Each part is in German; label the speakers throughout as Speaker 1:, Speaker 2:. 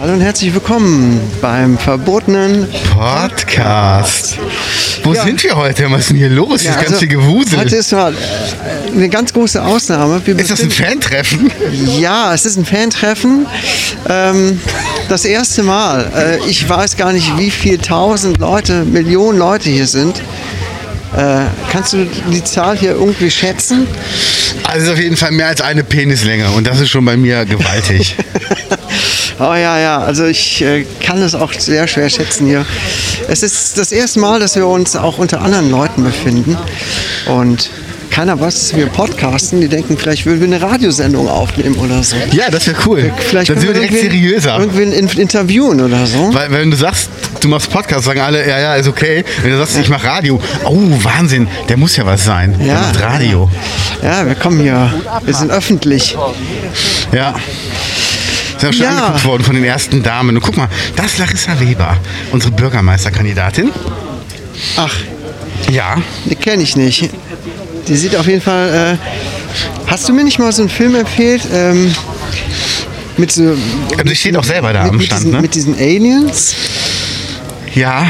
Speaker 1: Hallo und herzlich willkommen beim verbotenen
Speaker 2: Podcast. Wo
Speaker 1: Ja.
Speaker 2: sind wir heute? Was ist denn hier los?
Speaker 1: Ja,
Speaker 2: das
Speaker 1: also,
Speaker 2: ganze Gewusel.
Speaker 1: Heute ist mal äh, eine ganz große Ausnahme. Wir
Speaker 2: ist das ein
Speaker 1: befinden-
Speaker 2: Fan-Treffen?
Speaker 1: Ja, es ist ein Fantreffen. Ähm, das erste Mal. Äh, ich weiß gar nicht, wie viel tausend Leute, Millionen Leute hier sind. Äh, kannst du die Zahl hier irgendwie schätzen?
Speaker 2: Also auf jeden Fall mehr als eine Penislänge und das ist schon bei mir gewaltig.
Speaker 1: Oh ja, ja, also ich äh, kann es auch sehr schwer schätzen hier. Es ist das erste Mal, dass wir uns auch unter anderen Leuten befinden und keiner weiß, dass wir podcasten. Die denken, vielleicht würden wir eine Radiosendung aufnehmen oder so.
Speaker 2: ja, das wäre cool.
Speaker 1: Vielleicht
Speaker 2: Dann sind wir
Speaker 1: können
Speaker 2: direkt
Speaker 1: irgendwen-
Speaker 2: seriöser.
Speaker 1: Irgendwen in- interviewen oder so.
Speaker 2: Weil wenn du sagst, du machst Podcast, sagen alle, ja, ja, ist okay. Wenn du sagst, ich mache Radio, oh, Wahnsinn, der muss ja was sein. Der
Speaker 1: Ja.
Speaker 2: macht Radio.
Speaker 1: Ja, wir kommen hier. Wir sind öffentlich.
Speaker 2: Ja. Ist ja schon
Speaker 1: Ja.
Speaker 2: angeguckt worden von den ersten Damen. Und guck mal, das ist Larissa Weber, unsere Bürgermeisterkandidatin.
Speaker 1: Ach,
Speaker 2: Ja.
Speaker 1: die kenne ich nicht. Die sieht auf jeden Fall. Äh, hast du mir nicht mal so einen Film empfehlt? Ähm, mit so.
Speaker 2: Also ich stehe auch selber da
Speaker 1: mit,
Speaker 2: am
Speaker 1: mit,
Speaker 2: Stand,
Speaker 1: diesen,
Speaker 2: ne?
Speaker 1: mit diesen Aliens?
Speaker 2: Ja,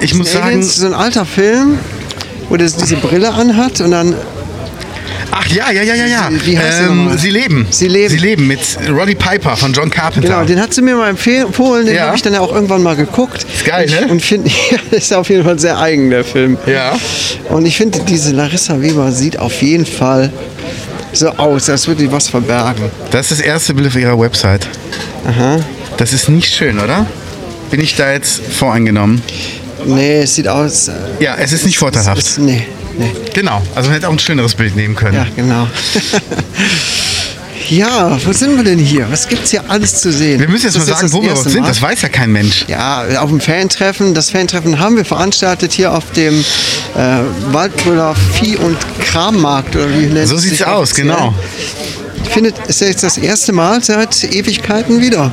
Speaker 2: ich muss sagen,
Speaker 1: Aliens, so ein alter Film, wo der diese Brille anhat und dann.
Speaker 2: ach ja, ja, ja, ja, ja. Ähm,
Speaker 1: Wie- wie heißt der nochmal?
Speaker 2: Sie leben.
Speaker 1: Sie leben.
Speaker 2: Sie leben mit Roddy Piper von John
Speaker 1: Genau,
Speaker 2: Carpenter.
Speaker 1: den hat sie mir mal empfohlen, den
Speaker 2: Ja.
Speaker 1: habe ich dann ja auch irgendwann mal geguckt.
Speaker 2: Ist geil,
Speaker 1: Ich-
Speaker 2: ne?
Speaker 1: Und finde, ja, ist auf jeden Fall sehr eigen, der Film.
Speaker 2: Ja.
Speaker 1: Und ich finde, diese Larissa Weber sieht auf jeden Fall so aus, als würde die was verbergen.
Speaker 2: das ist das erste Bild auf ihrer Website.
Speaker 1: Aha.
Speaker 2: Das ist nicht schön, oder? Bin ich da jetzt voreingenommen?
Speaker 1: Nee, es sieht aus. äh,
Speaker 2: Ja, es ist nicht
Speaker 1: es
Speaker 2: vorteilhaft.
Speaker 1: ist- nee, nee.
Speaker 2: Genau, also man hätte auch ein schöneres Bild nehmen können.
Speaker 1: Ja, genau. ja, wo sind wir denn hier? Was gibt's hier alles zu sehen?
Speaker 2: Wir müssen jetzt
Speaker 1: Ist
Speaker 2: mal
Speaker 1: das
Speaker 2: sagen,
Speaker 1: das
Speaker 2: wo wir
Speaker 1: erste
Speaker 2: überhaupt sind.
Speaker 1: Mal?
Speaker 2: Das weiß ja kein Mensch.
Speaker 1: Ja, auf dem Fantreffen. Das Fantreffen haben wir veranstaltet hier auf dem äh, Waldbrüller Vieh- und Krammarkt. Oder wie nennt
Speaker 2: So
Speaker 1: es sich
Speaker 2: sieht's aus,
Speaker 1: offiziell.
Speaker 2: genau.
Speaker 1: Findet ist ja jetzt das erste Mal seit Ewigkeiten wieder.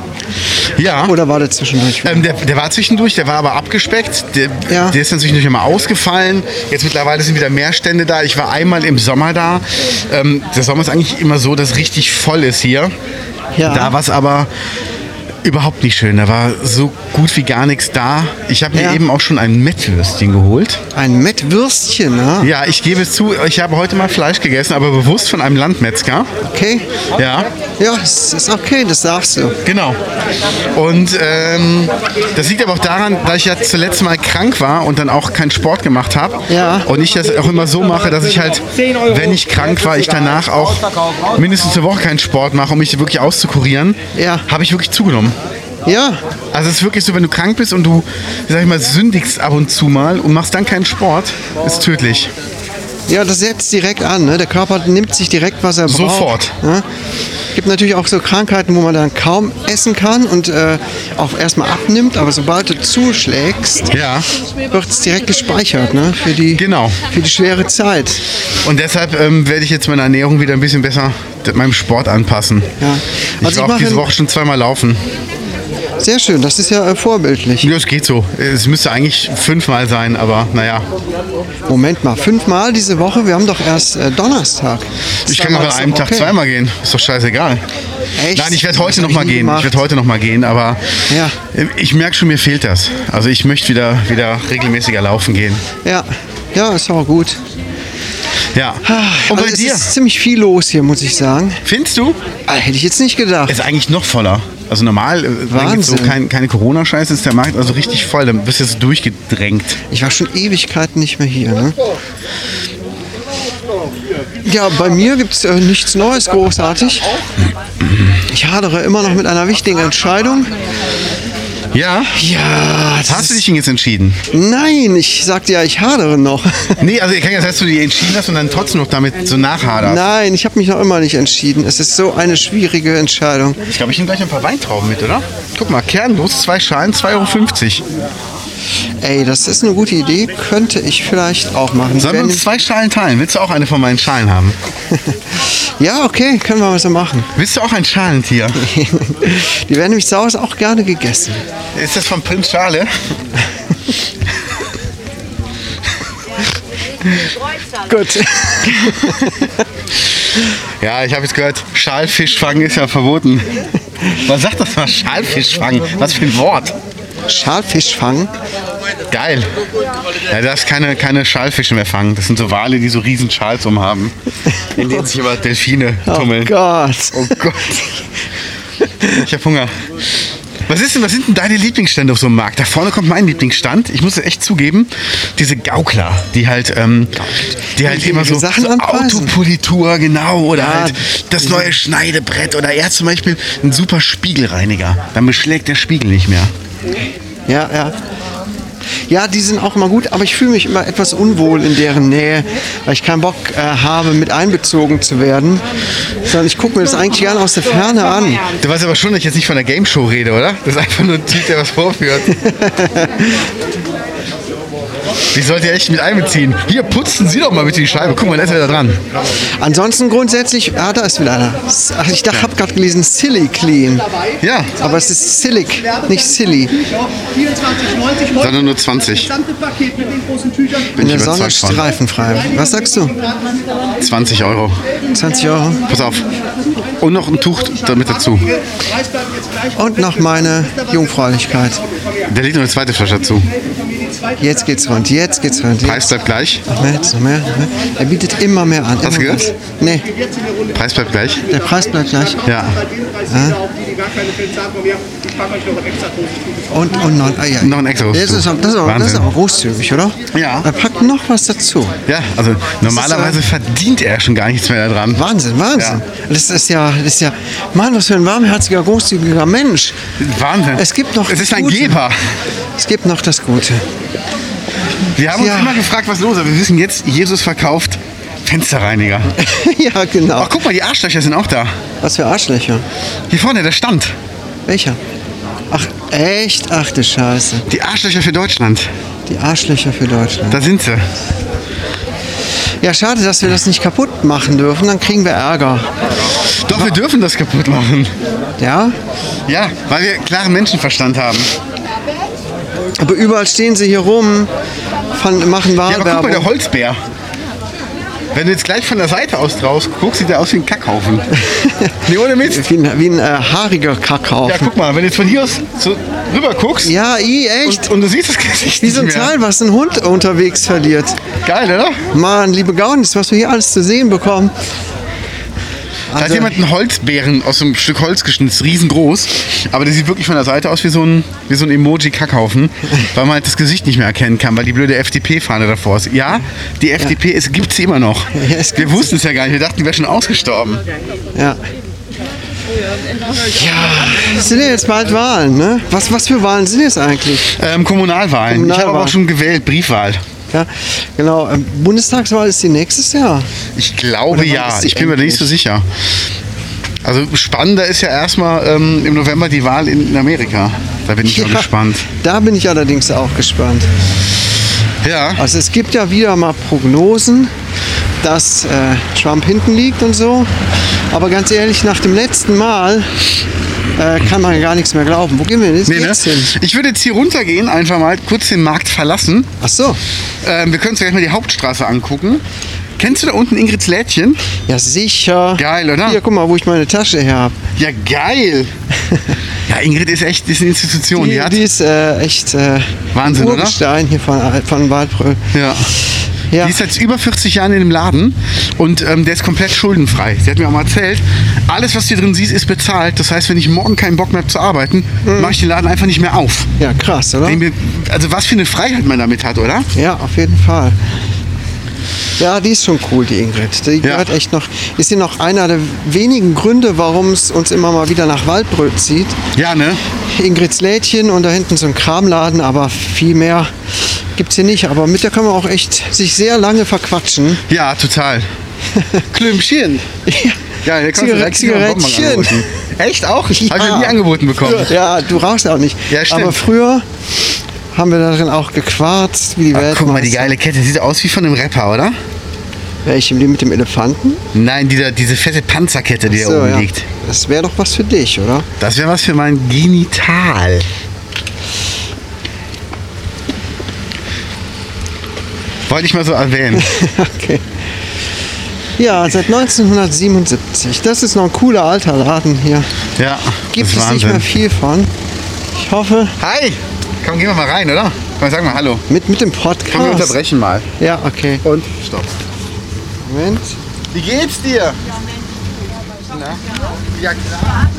Speaker 2: Ja.
Speaker 1: Oder war das zwischendurch?
Speaker 2: Ah. Ähm, der, der war zwischendurch, der war aber abgespeckt. Der,
Speaker 1: Ja.
Speaker 2: der ist dann zwischendurch immer ausgefallen. Jetzt mittlerweile sind wieder mehr Stände da. Ich war einmal im Sommer da. Ähm, der Sommer ist eigentlich immer so, dass richtig voll ist hier.
Speaker 1: Ja.
Speaker 2: Da war es aber überhaupt nicht schön. Da war so gut wie gar nichts da. Ich habe mir
Speaker 1: Ja.
Speaker 2: eben auch schon ein Mettwürstchen geholt.
Speaker 1: Ein Mettwürstchen, ne?
Speaker 2: Ja, ich gebe es zu, ich habe heute mal Fleisch gegessen, aber bewusst von einem Landmetzger.
Speaker 1: Okay.
Speaker 2: Ja.
Speaker 1: Ja, es ist okay, das darfst du.
Speaker 2: Genau. Und ähm, das liegt aber auch daran, da ich ja zuletzt mal krank war und dann auch keinen Sport gemacht habe.
Speaker 1: Ja.
Speaker 2: Und ich das auch immer so mache, dass ich halt, wenn ich krank war, ich danach auch mindestens eine Woche keinen Sport mache, um mich wirklich auszukurieren.
Speaker 1: Ja.
Speaker 2: Habe ich wirklich zugenommen.
Speaker 1: Ja,
Speaker 2: Also es ist wirklich so, wenn du krank bist und du, sag ich mal, sündigst ab und zu mal und machst dann keinen Sport, ist tödlich.
Speaker 1: ja, das setzt direkt an. Ne? Der Körper nimmt sich direkt, was er braucht.
Speaker 2: Sofort.
Speaker 1: Ne? Gibt natürlich auch so Krankheiten, wo man dann kaum essen kann und äh, auch erstmal abnimmt, aber sobald du zuschlägst,
Speaker 2: Ja.
Speaker 1: wird es direkt gespeichert ne? für, die,
Speaker 2: Genau.
Speaker 1: für die schwere Zeit.
Speaker 2: Und deshalb ähm, werde ich jetzt meine Ernährung wieder ein bisschen besser meinem Sport anpassen.
Speaker 1: Ja.
Speaker 2: ich
Speaker 1: Also ich
Speaker 2: war auch
Speaker 1: mache-
Speaker 2: diese Woche schon zweimal laufen.
Speaker 1: Sehr schön, das ist ja äh, vorbildlich.
Speaker 2: Ja, es geht so. Es müsste eigentlich fünfmal sein, aber naja.
Speaker 1: Moment mal, fünfmal diese Woche, wir haben doch erst äh, Donnerstag.
Speaker 2: Ich kann auch an
Speaker 1: Samstag,
Speaker 2: einem Tag
Speaker 1: okay.
Speaker 2: zweimal gehen. Ist doch scheißegal.
Speaker 1: Echt?
Speaker 2: Nein, ich werde
Speaker 1: Das
Speaker 2: heute
Speaker 1: hab
Speaker 2: noch
Speaker 1: ich
Speaker 2: mal
Speaker 1: nie
Speaker 2: gehen.
Speaker 1: gemacht.
Speaker 2: Ich werde heute noch mal gehen, aber
Speaker 1: Ja.
Speaker 2: ich merke schon, mir fehlt das. Also ich möchte wieder, wieder regelmäßiger laufen gehen.
Speaker 1: Ja, ja ist auch gut.
Speaker 2: Ja. Und
Speaker 1: also
Speaker 2: bei
Speaker 1: es
Speaker 2: dir?
Speaker 1: ist ziemlich viel los hier, muss ich sagen.
Speaker 2: Findest du?
Speaker 1: Ah, hätte ich jetzt nicht gedacht.
Speaker 2: Ist eigentlich noch voller. Also normal, äh, wenn jetzt so
Speaker 1: Wahnsinn.
Speaker 2: kein, keine Corona-Scheiße ist, der Markt also richtig voll. Dann bist du jetzt durchgedrängt.
Speaker 1: Ich war schon Ewigkeiten nicht mehr hier. Ne? Ja, bei mir gibt es äh, nichts Neues großartig. Ich hadere immer noch mit einer wichtigen Entscheidung.
Speaker 2: Ja?
Speaker 1: Ja, das
Speaker 2: Hast du
Speaker 1: ist-
Speaker 2: dich denn jetzt entschieden?
Speaker 1: Nein, ich sagte ja, ich hadere noch.
Speaker 2: Nee, also ich kann ja sagen, dass du dich entschieden hast und dann trotzdem noch damit so nachhaderst.
Speaker 1: Nein, ich habe mich noch immer nicht entschieden. Es ist so eine schwierige Entscheidung.
Speaker 2: Ich glaube, ich nehme gleich ein paar Weintrauben mit, oder? Guck mal, kernlos, zwei Schalen, 2,50 Euro.
Speaker 1: Ey, das ist eine gute Idee, könnte ich vielleicht auch machen.
Speaker 2: Sollen wir
Speaker 1: Wenn-
Speaker 2: uns zwei Schalen teilen? Willst du auch eine von meinen Schalen haben?
Speaker 1: ja, okay, können wir mal so machen.
Speaker 2: Willst du auch ein Schalentier?
Speaker 1: Die werden nämlich saus auch gerne gegessen.
Speaker 2: Ist das von Prinz Schale?
Speaker 1: Gut.
Speaker 2: Ja, ich habe jetzt gehört, Schalfischfang ist ja verboten. Was sagt das mal? Schalfischfang? Was für ein Wort?
Speaker 1: Schalfischfang.
Speaker 2: Geil. Ja, du darfst keine, keine Schalfische mehr fangen. Das sind so Wale, die so riesen Schals umhaben, in denen sich immer Delfine
Speaker 1: Oh
Speaker 2: tummeln.
Speaker 1: Gott.
Speaker 2: Oh Gott. Ich hab Hunger. Was, ist denn, was sind denn deine Lieblingsstände auf so einem Markt? Da vorne kommt mein Lieblingsstand. Ich muss es echt zugeben, diese Gaukler, die halt, ähm, die halt
Speaker 1: Die
Speaker 2: immer so,
Speaker 1: Sachen
Speaker 2: so
Speaker 1: anpreisen.
Speaker 2: Autopolitur, genau, oder
Speaker 1: Ja.
Speaker 2: halt das neue Schneidebrett oder er hat zum Beispiel einen super Spiegelreiniger. Dann beschlägt der Spiegel nicht mehr.
Speaker 1: Ja, ja. Ja, die sind auch immer gut, aber ich fühle mich immer etwas unwohl in deren Nähe, weil ich keinen Bock äh, habe, mit einbezogen zu werden. Sondern ich gucke mir das eigentlich gerne aus der Ferne an.
Speaker 2: Du weißt aber schon, dass ich jetzt nicht von der Game Show rede, oder? Das ist einfach nur ein Typ, der was vorführt. Die sollt ihr echt mit einbeziehen. Hier, putzen Sie doch mal bitte die Scheibe. Guck mal, da ist er wieder dran.
Speaker 1: Ansonsten grundsätzlich, ah, da ist wieder einer. Ach, ich dachte, habe gerade gelesen, Silly Clean.
Speaker 2: Ja,
Speaker 1: Aber es ist Sillig, nicht Silly.
Speaker 3: Auch 24,90 heute
Speaker 2: sondern nur 20.
Speaker 3: das gesamte Paket mit den großen Tüchern.
Speaker 2: Bin
Speaker 1: In
Speaker 2: ich
Speaker 1: der Sonne
Speaker 2: überzeugt von.
Speaker 1: streifenfrei. Was sagst du?
Speaker 2: 20 Euro.
Speaker 1: 20 Euro.
Speaker 2: Pass auf. Und noch ein Tuch damit dazu.
Speaker 3: Preis bleibt jetzt gleich.
Speaker 1: Und noch meine Jungfräulichkeit.
Speaker 2: Da liegt noch eine zweite Flasche dazu.
Speaker 1: Jetzt geht's rund, jetzt geht's rund. Jetzt.
Speaker 2: Preis bleibt gleich.
Speaker 1: Noch mehr, jetzt noch mehr, noch mehr. Er bietet immer mehr an.
Speaker 2: Hast du
Speaker 1: immer
Speaker 2: gehört?
Speaker 1: mehr. Nee,
Speaker 2: Preis bleibt gleich.
Speaker 1: der Preis bleibt gleich.
Speaker 2: Ja.
Speaker 3: Auch die, die gar keine Fans haben, von mir, ich packe euch noch ein extra großes Tuch.
Speaker 1: Und, und noch, ah, ja.
Speaker 2: Noch ein extra
Speaker 1: Das ist, auch- das ist, auch- das ist
Speaker 2: Wahnsinn.
Speaker 1: aber großzügig, oder?
Speaker 2: Ja.
Speaker 1: Er packt noch was dazu.
Speaker 2: Ja, also normalerweise verdient er schon gar nichts mehr daran.
Speaker 1: Wahnsinn, Wahnsinn.
Speaker 2: Ja.
Speaker 1: Das ist ja, das ist ja, Mann, was für ein warmherziger, großzügiger Mensch.
Speaker 2: Wahnsinn.
Speaker 1: Es gibt noch
Speaker 2: Es ist ein
Speaker 1: Gute.
Speaker 2: Geber.
Speaker 1: Es gibt noch das Gute.
Speaker 2: Wir haben uns
Speaker 1: Ja.
Speaker 2: immer gefragt, was los ist. Wir wissen jetzt, Jesus verkauft Fensterreiniger.
Speaker 1: ja, genau.
Speaker 2: Ach, guck mal, die Arschlöcher sind auch da.
Speaker 1: Was für Arschlöcher.
Speaker 2: Hier vorne, der Stand.
Speaker 1: Welcher? Ach, echt? Ach, du Scheiße.
Speaker 2: Die Arschlöcher für Deutschland.
Speaker 1: Die Arschlöcher für Deutschland.
Speaker 2: Da sind sie.
Speaker 1: Ja, schade, dass wir das nicht kaputt machen dürfen, dann kriegen wir Ärger.
Speaker 2: Doch, wir dürfen das kaputt machen.
Speaker 1: Ja?
Speaker 2: Ja, weil wir klaren Menschenverstand haben.
Speaker 1: Aber überall stehen sie hier rum, fan- machen
Speaker 2: Ja, aber guck mal, der
Speaker 1: Wahlwerbung.
Speaker 2: Holzbär. Wenn du jetzt gleich von der Seite aus drauf guckst, sieht er aus wie ein Kackhaufen. nee, ohne Mist.
Speaker 1: wie ein, wie ein äh, haariger
Speaker 2: Ja,
Speaker 1: Kackhaufen.
Speaker 2: guck mal, wenn du jetzt von hier aus so rüber guckst
Speaker 1: Ja, i, echt?
Speaker 2: und, und du siehst das Gesicht
Speaker 1: Wie so ein
Speaker 2: nicht mehr.
Speaker 1: Teil, was ein Hund unterwegs verliert.
Speaker 2: Geil, oder?
Speaker 1: Mann, liebe Gaunis, was wir hier alles zu sehen bekommen.
Speaker 2: Da hat
Speaker 1: Also,
Speaker 2: jemand einen Holzbären aus einem Stück Holz geschnitzt, riesengroß. Aber der sieht wirklich von der Seite aus wie so ein, wie so ein Emoji-Kackhaufen, weil man halt das Gesicht nicht mehr erkennen kann, weil die blöde FDP-Fahne davor ist. Ja, die FDP, es gibt sie immer noch.
Speaker 1: Ja, es
Speaker 2: Wir wussten es ja gar nicht, wir dachten, die wäre schon ausgestorben.
Speaker 1: ja. Ja, es sind ja jetzt bald Wahlen, ne? Was, was für Wahlen sind es eigentlich?
Speaker 2: Ähm, Kommunalwahlen. Ich habe aber
Speaker 1: Kommunalwahlen.
Speaker 2: auch schon gewählt, Briefwahl.
Speaker 1: Ja, genau. ähm, Bundestagswahl ist die nächstes Jahr.
Speaker 2: Ich
Speaker 1: Oder
Speaker 2: glaube
Speaker 1: wann
Speaker 2: ja,
Speaker 1: ist die
Speaker 2: ich bin mir da nicht so sicher. Also spannender ist ja erstmal ähm, im November die Wahl in, in Amerika. Da bin ich mal
Speaker 1: Ja,
Speaker 2: gespannt.
Speaker 1: Da bin ich allerdings auch gespannt.
Speaker 2: Ja,
Speaker 1: Also es gibt ja wieder mal Prognosen, dass äh, Trump hinten liegt und so. Aber ganz ehrlich, nach dem letzten Mal äh, kann man gar nichts mehr glauben. Wo gehen wir denn jetzt
Speaker 2: nee, ne?
Speaker 1: hin?
Speaker 2: Ich würde jetzt hier runtergehen, einfach mal kurz den Markt verlassen.
Speaker 1: Ach so.
Speaker 2: Ähm, wir können uns gleich mal die Hauptstraße angucken. Kennst du da unten Ingrids Lädchen?
Speaker 1: Ja, sicher.
Speaker 2: Geil, oder?
Speaker 1: Hier, guck mal, wo ich meine Tasche her habe.
Speaker 2: Ja, geil. Ja, Ingrid ist echt ist eine Institution. Die,
Speaker 1: Die,
Speaker 2: hat,
Speaker 1: die ist äh, echt äh,
Speaker 2: Wahnsinn, oder?
Speaker 1: Urgestein hier von, äh, von Waldbröl.
Speaker 2: ja.
Speaker 1: Ja.
Speaker 2: Die ist seit über 40 Jahren in dem Laden und ähm, der ist komplett schuldenfrei. Sie hat mir auch mal erzählt, alles, was du hier drin siehst, ist bezahlt. Das heißt, wenn ich morgen keinen Bock mehr habe zu arbeiten, mache ich den Laden einfach nicht mehr auf.
Speaker 1: Mhm. ja, krass, oder?
Speaker 2: Den wir- Also was für eine Freiheit man damit hat, oder?
Speaker 1: Ja, auf jeden Fall. Ja, die ist schon cool, die Ingrid. Die gehört echt noch. Ist sie noch einer der wenigen Gründe, warum es uns immer mal wieder nach Waldbröl zieht?
Speaker 2: Ja, ne?
Speaker 1: Ingrids Lädchen und da hinten so ein Kramladen, aber viel mehr gibt's hier nicht. Aber mit der kann man auch echt sich sehr lange verquatschen.
Speaker 2: Ja, total. Klümpchen. Ja, hier kannst du direkt
Speaker 1: Zigarettchen.
Speaker 2: Zigarettchen. Echt auch? Hab ich noch nie angeboten bekommen.
Speaker 1: Ja, du rauchst auch nicht.
Speaker 2: Ja, stimmt.
Speaker 1: Aber früher haben wir darin auch gequarzt, wie die
Speaker 2: Ach,
Speaker 1: Welt.
Speaker 2: guck mal, die geile Kette. Sieht aus wie von einem Rapper, oder?
Speaker 1: Welche, die mit dem Elefanten?
Speaker 2: Nein, die da, diese fette Panzerkette, die
Speaker 1: So,
Speaker 2: da oben
Speaker 1: ja.
Speaker 2: liegt.
Speaker 1: Das wäre doch was für dich, oder?
Speaker 2: Das wäre was für mein Genital. Wollte ich mal so erwähnen.
Speaker 1: okay. Ja, seit 1977. Das ist noch ein cooler alter Laden hier.
Speaker 2: Ja,
Speaker 1: Gibt
Speaker 2: das
Speaker 1: es
Speaker 2: ist
Speaker 1: nicht
Speaker 2: Wahnsinn.
Speaker 1: mehr viel von. Ich hoffe,
Speaker 2: Hi! Komm, gehen wir mal rein, oder? Komm, sag mal Hallo.
Speaker 1: mit, mit dem Podcast.
Speaker 2: Komm, wir unterbrechen mal.
Speaker 1: Ja, okay.
Speaker 2: Und? Stopp.
Speaker 1: Moment.
Speaker 2: Wie geht's dir? Na? Ja, klar.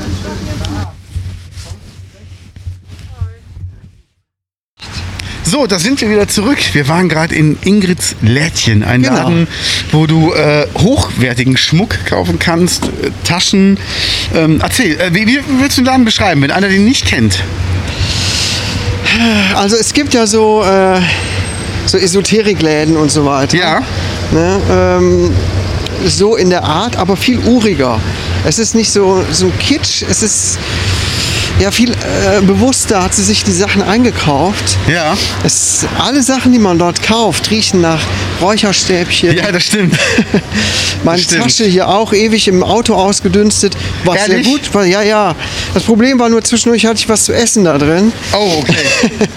Speaker 2: So, da sind wir wieder zurück. Wir waren gerade in Ingrids Lädchen, ein
Speaker 1: Genau.
Speaker 2: Laden, wo du äh, hochwertigen Schmuck kaufen kannst, äh, Taschen. Ähm, erzähl, äh, wie, wie willst du den Laden beschreiben, wenn einer den nicht kennt?
Speaker 1: Also es gibt ja so, äh, so Esoterikläden und so weiter.
Speaker 2: Ja.
Speaker 1: Ne? Ähm, so in der Art, aber viel uriger. Es ist nicht so, so ein Kitsch, es ist ja viel äh, bewusster hat sie sich die Sachen eingekauft.
Speaker 2: Ja.
Speaker 1: Es, alle Sachen, die man dort kauft, riechen nach Räucherstäbchen.
Speaker 2: Ja, das stimmt.
Speaker 1: Meine
Speaker 2: stimmt.
Speaker 1: Tasche hier auch ewig im Auto ausgedünstet. Was
Speaker 2: Ehrlich?
Speaker 1: sehr gut war. Ja, ja. Das Problem war nur, zwischendurch hatte ich was zu essen da drin.
Speaker 2: Oh, okay.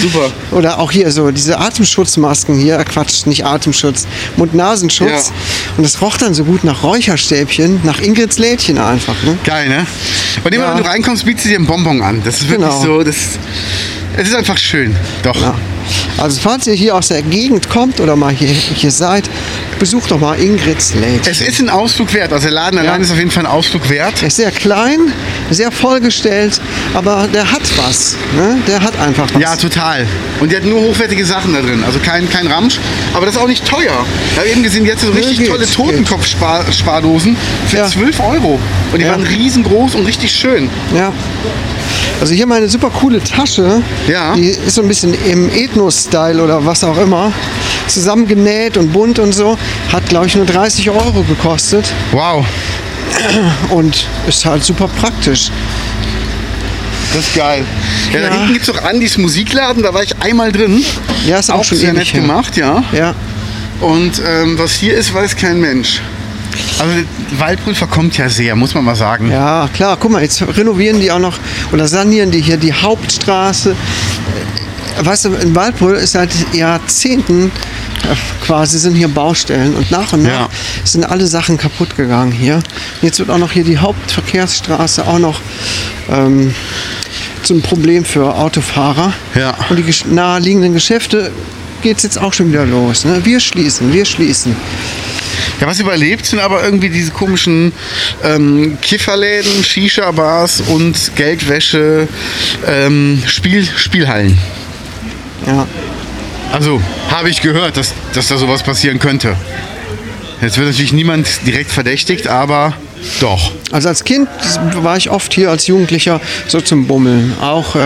Speaker 2: Super.
Speaker 1: Oder auch hier so diese Atemschutzmasken hier, äh, Quatsch, nicht Atemschutz, Mund-Nasenschutz.
Speaker 2: Ja.
Speaker 1: Und es roch dann so gut nach Räucherstäbchen, nach Ingrids Lädchen einfach. Ne?
Speaker 2: Geil, ne? Und immer
Speaker 1: Ja.
Speaker 2: wenn du reinkommst, bietest du dir einen Bonbon an. Das ist wirklich
Speaker 1: Genau.
Speaker 2: so, das es ist einfach schön. Doch.
Speaker 1: Ja. Also falls ihr hier aus der Gegend kommt oder mal hier, hier seid, besucht doch mal Ingrids Lädchen.
Speaker 2: Es ist ein Ausflug wert. Also der Laden allein ist auf jeden Fall ein Ausflug wert.
Speaker 1: Er ist sehr klein, sehr vollgestellt, aber der hat was. Ne? Der hat einfach was.
Speaker 2: Ja, total. Und die hat nur hochwertige Sachen da drin. Also kein, kein Ramsch. Aber das ist auch nicht teuer. Ich habe eben gesehen, die hat so richtig
Speaker 1: geht,
Speaker 2: tolle
Speaker 1: geht.
Speaker 2: Totenkopf-Spardosen für
Speaker 1: Ja.
Speaker 2: 12 Euro. Und die
Speaker 1: Ja.
Speaker 2: waren riesengroß und richtig schön.
Speaker 1: Ja. Also hier meine super coole Tasche.
Speaker 2: Ja.
Speaker 1: Die ist so ein bisschen im Ethno-Style oder was auch immer. Zusammengenäht und bunt und so. Hat, glaube ich, nur 30 Euro gekostet
Speaker 2: Wow,
Speaker 1: und ist halt super praktisch.
Speaker 2: das ist geil. Ja, Da
Speaker 1: Ja.
Speaker 2: hinten gibt es auch Andis Musikladen, da war ich einmal drin.
Speaker 1: Ja, ist auch schon
Speaker 2: sehr
Speaker 1: ewig
Speaker 2: nett
Speaker 1: her.
Speaker 2: gemacht, ja.
Speaker 1: Ja.
Speaker 2: Und ähm, was hier ist, weiß kein Mensch. Also Waldbrüll verkommt ja sehr, muss man mal sagen.
Speaker 1: Ja, klar. Guck mal, jetzt renovieren die auch noch oder sanieren die hier die Hauptstraße. Weißt du, in Waldbrüll ist seit Jahrzehnten äh, quasi sind hier Baustellen und nach und nach
Speaker 2: Ja.
Speaker 1: sind alle Sachen kaputt gegangen hier. Jetzt wird auch noch hier die Hauptverkehrsstraße auch noch ähm, zum Problem für Autofahrer.
Speaker 2: Ja.
Speaker 1: Und die gesch- naheliegenden Geschäfte geht es jetzt auch schon wieder los. Ne? Wir schließen, wir schließen.
Speaker 2: Ja, was überlebt sind aber irgendwie diese komischen ähm, Kifferläden, Shisha-Bars und Geldwäsche, ähm, Spiel, Spielhallen.
Speaker 1: Ja.
Speaker 2: Also habe ich gehört, dass, dass da sowas passieren könnte. Jetzt wird natürlich niemand direkt verdächtigt, aber doch.
Speaker 1: Also als Kind war ich oft hier als Jugendlicher so zum Bummeln. Auch, äh,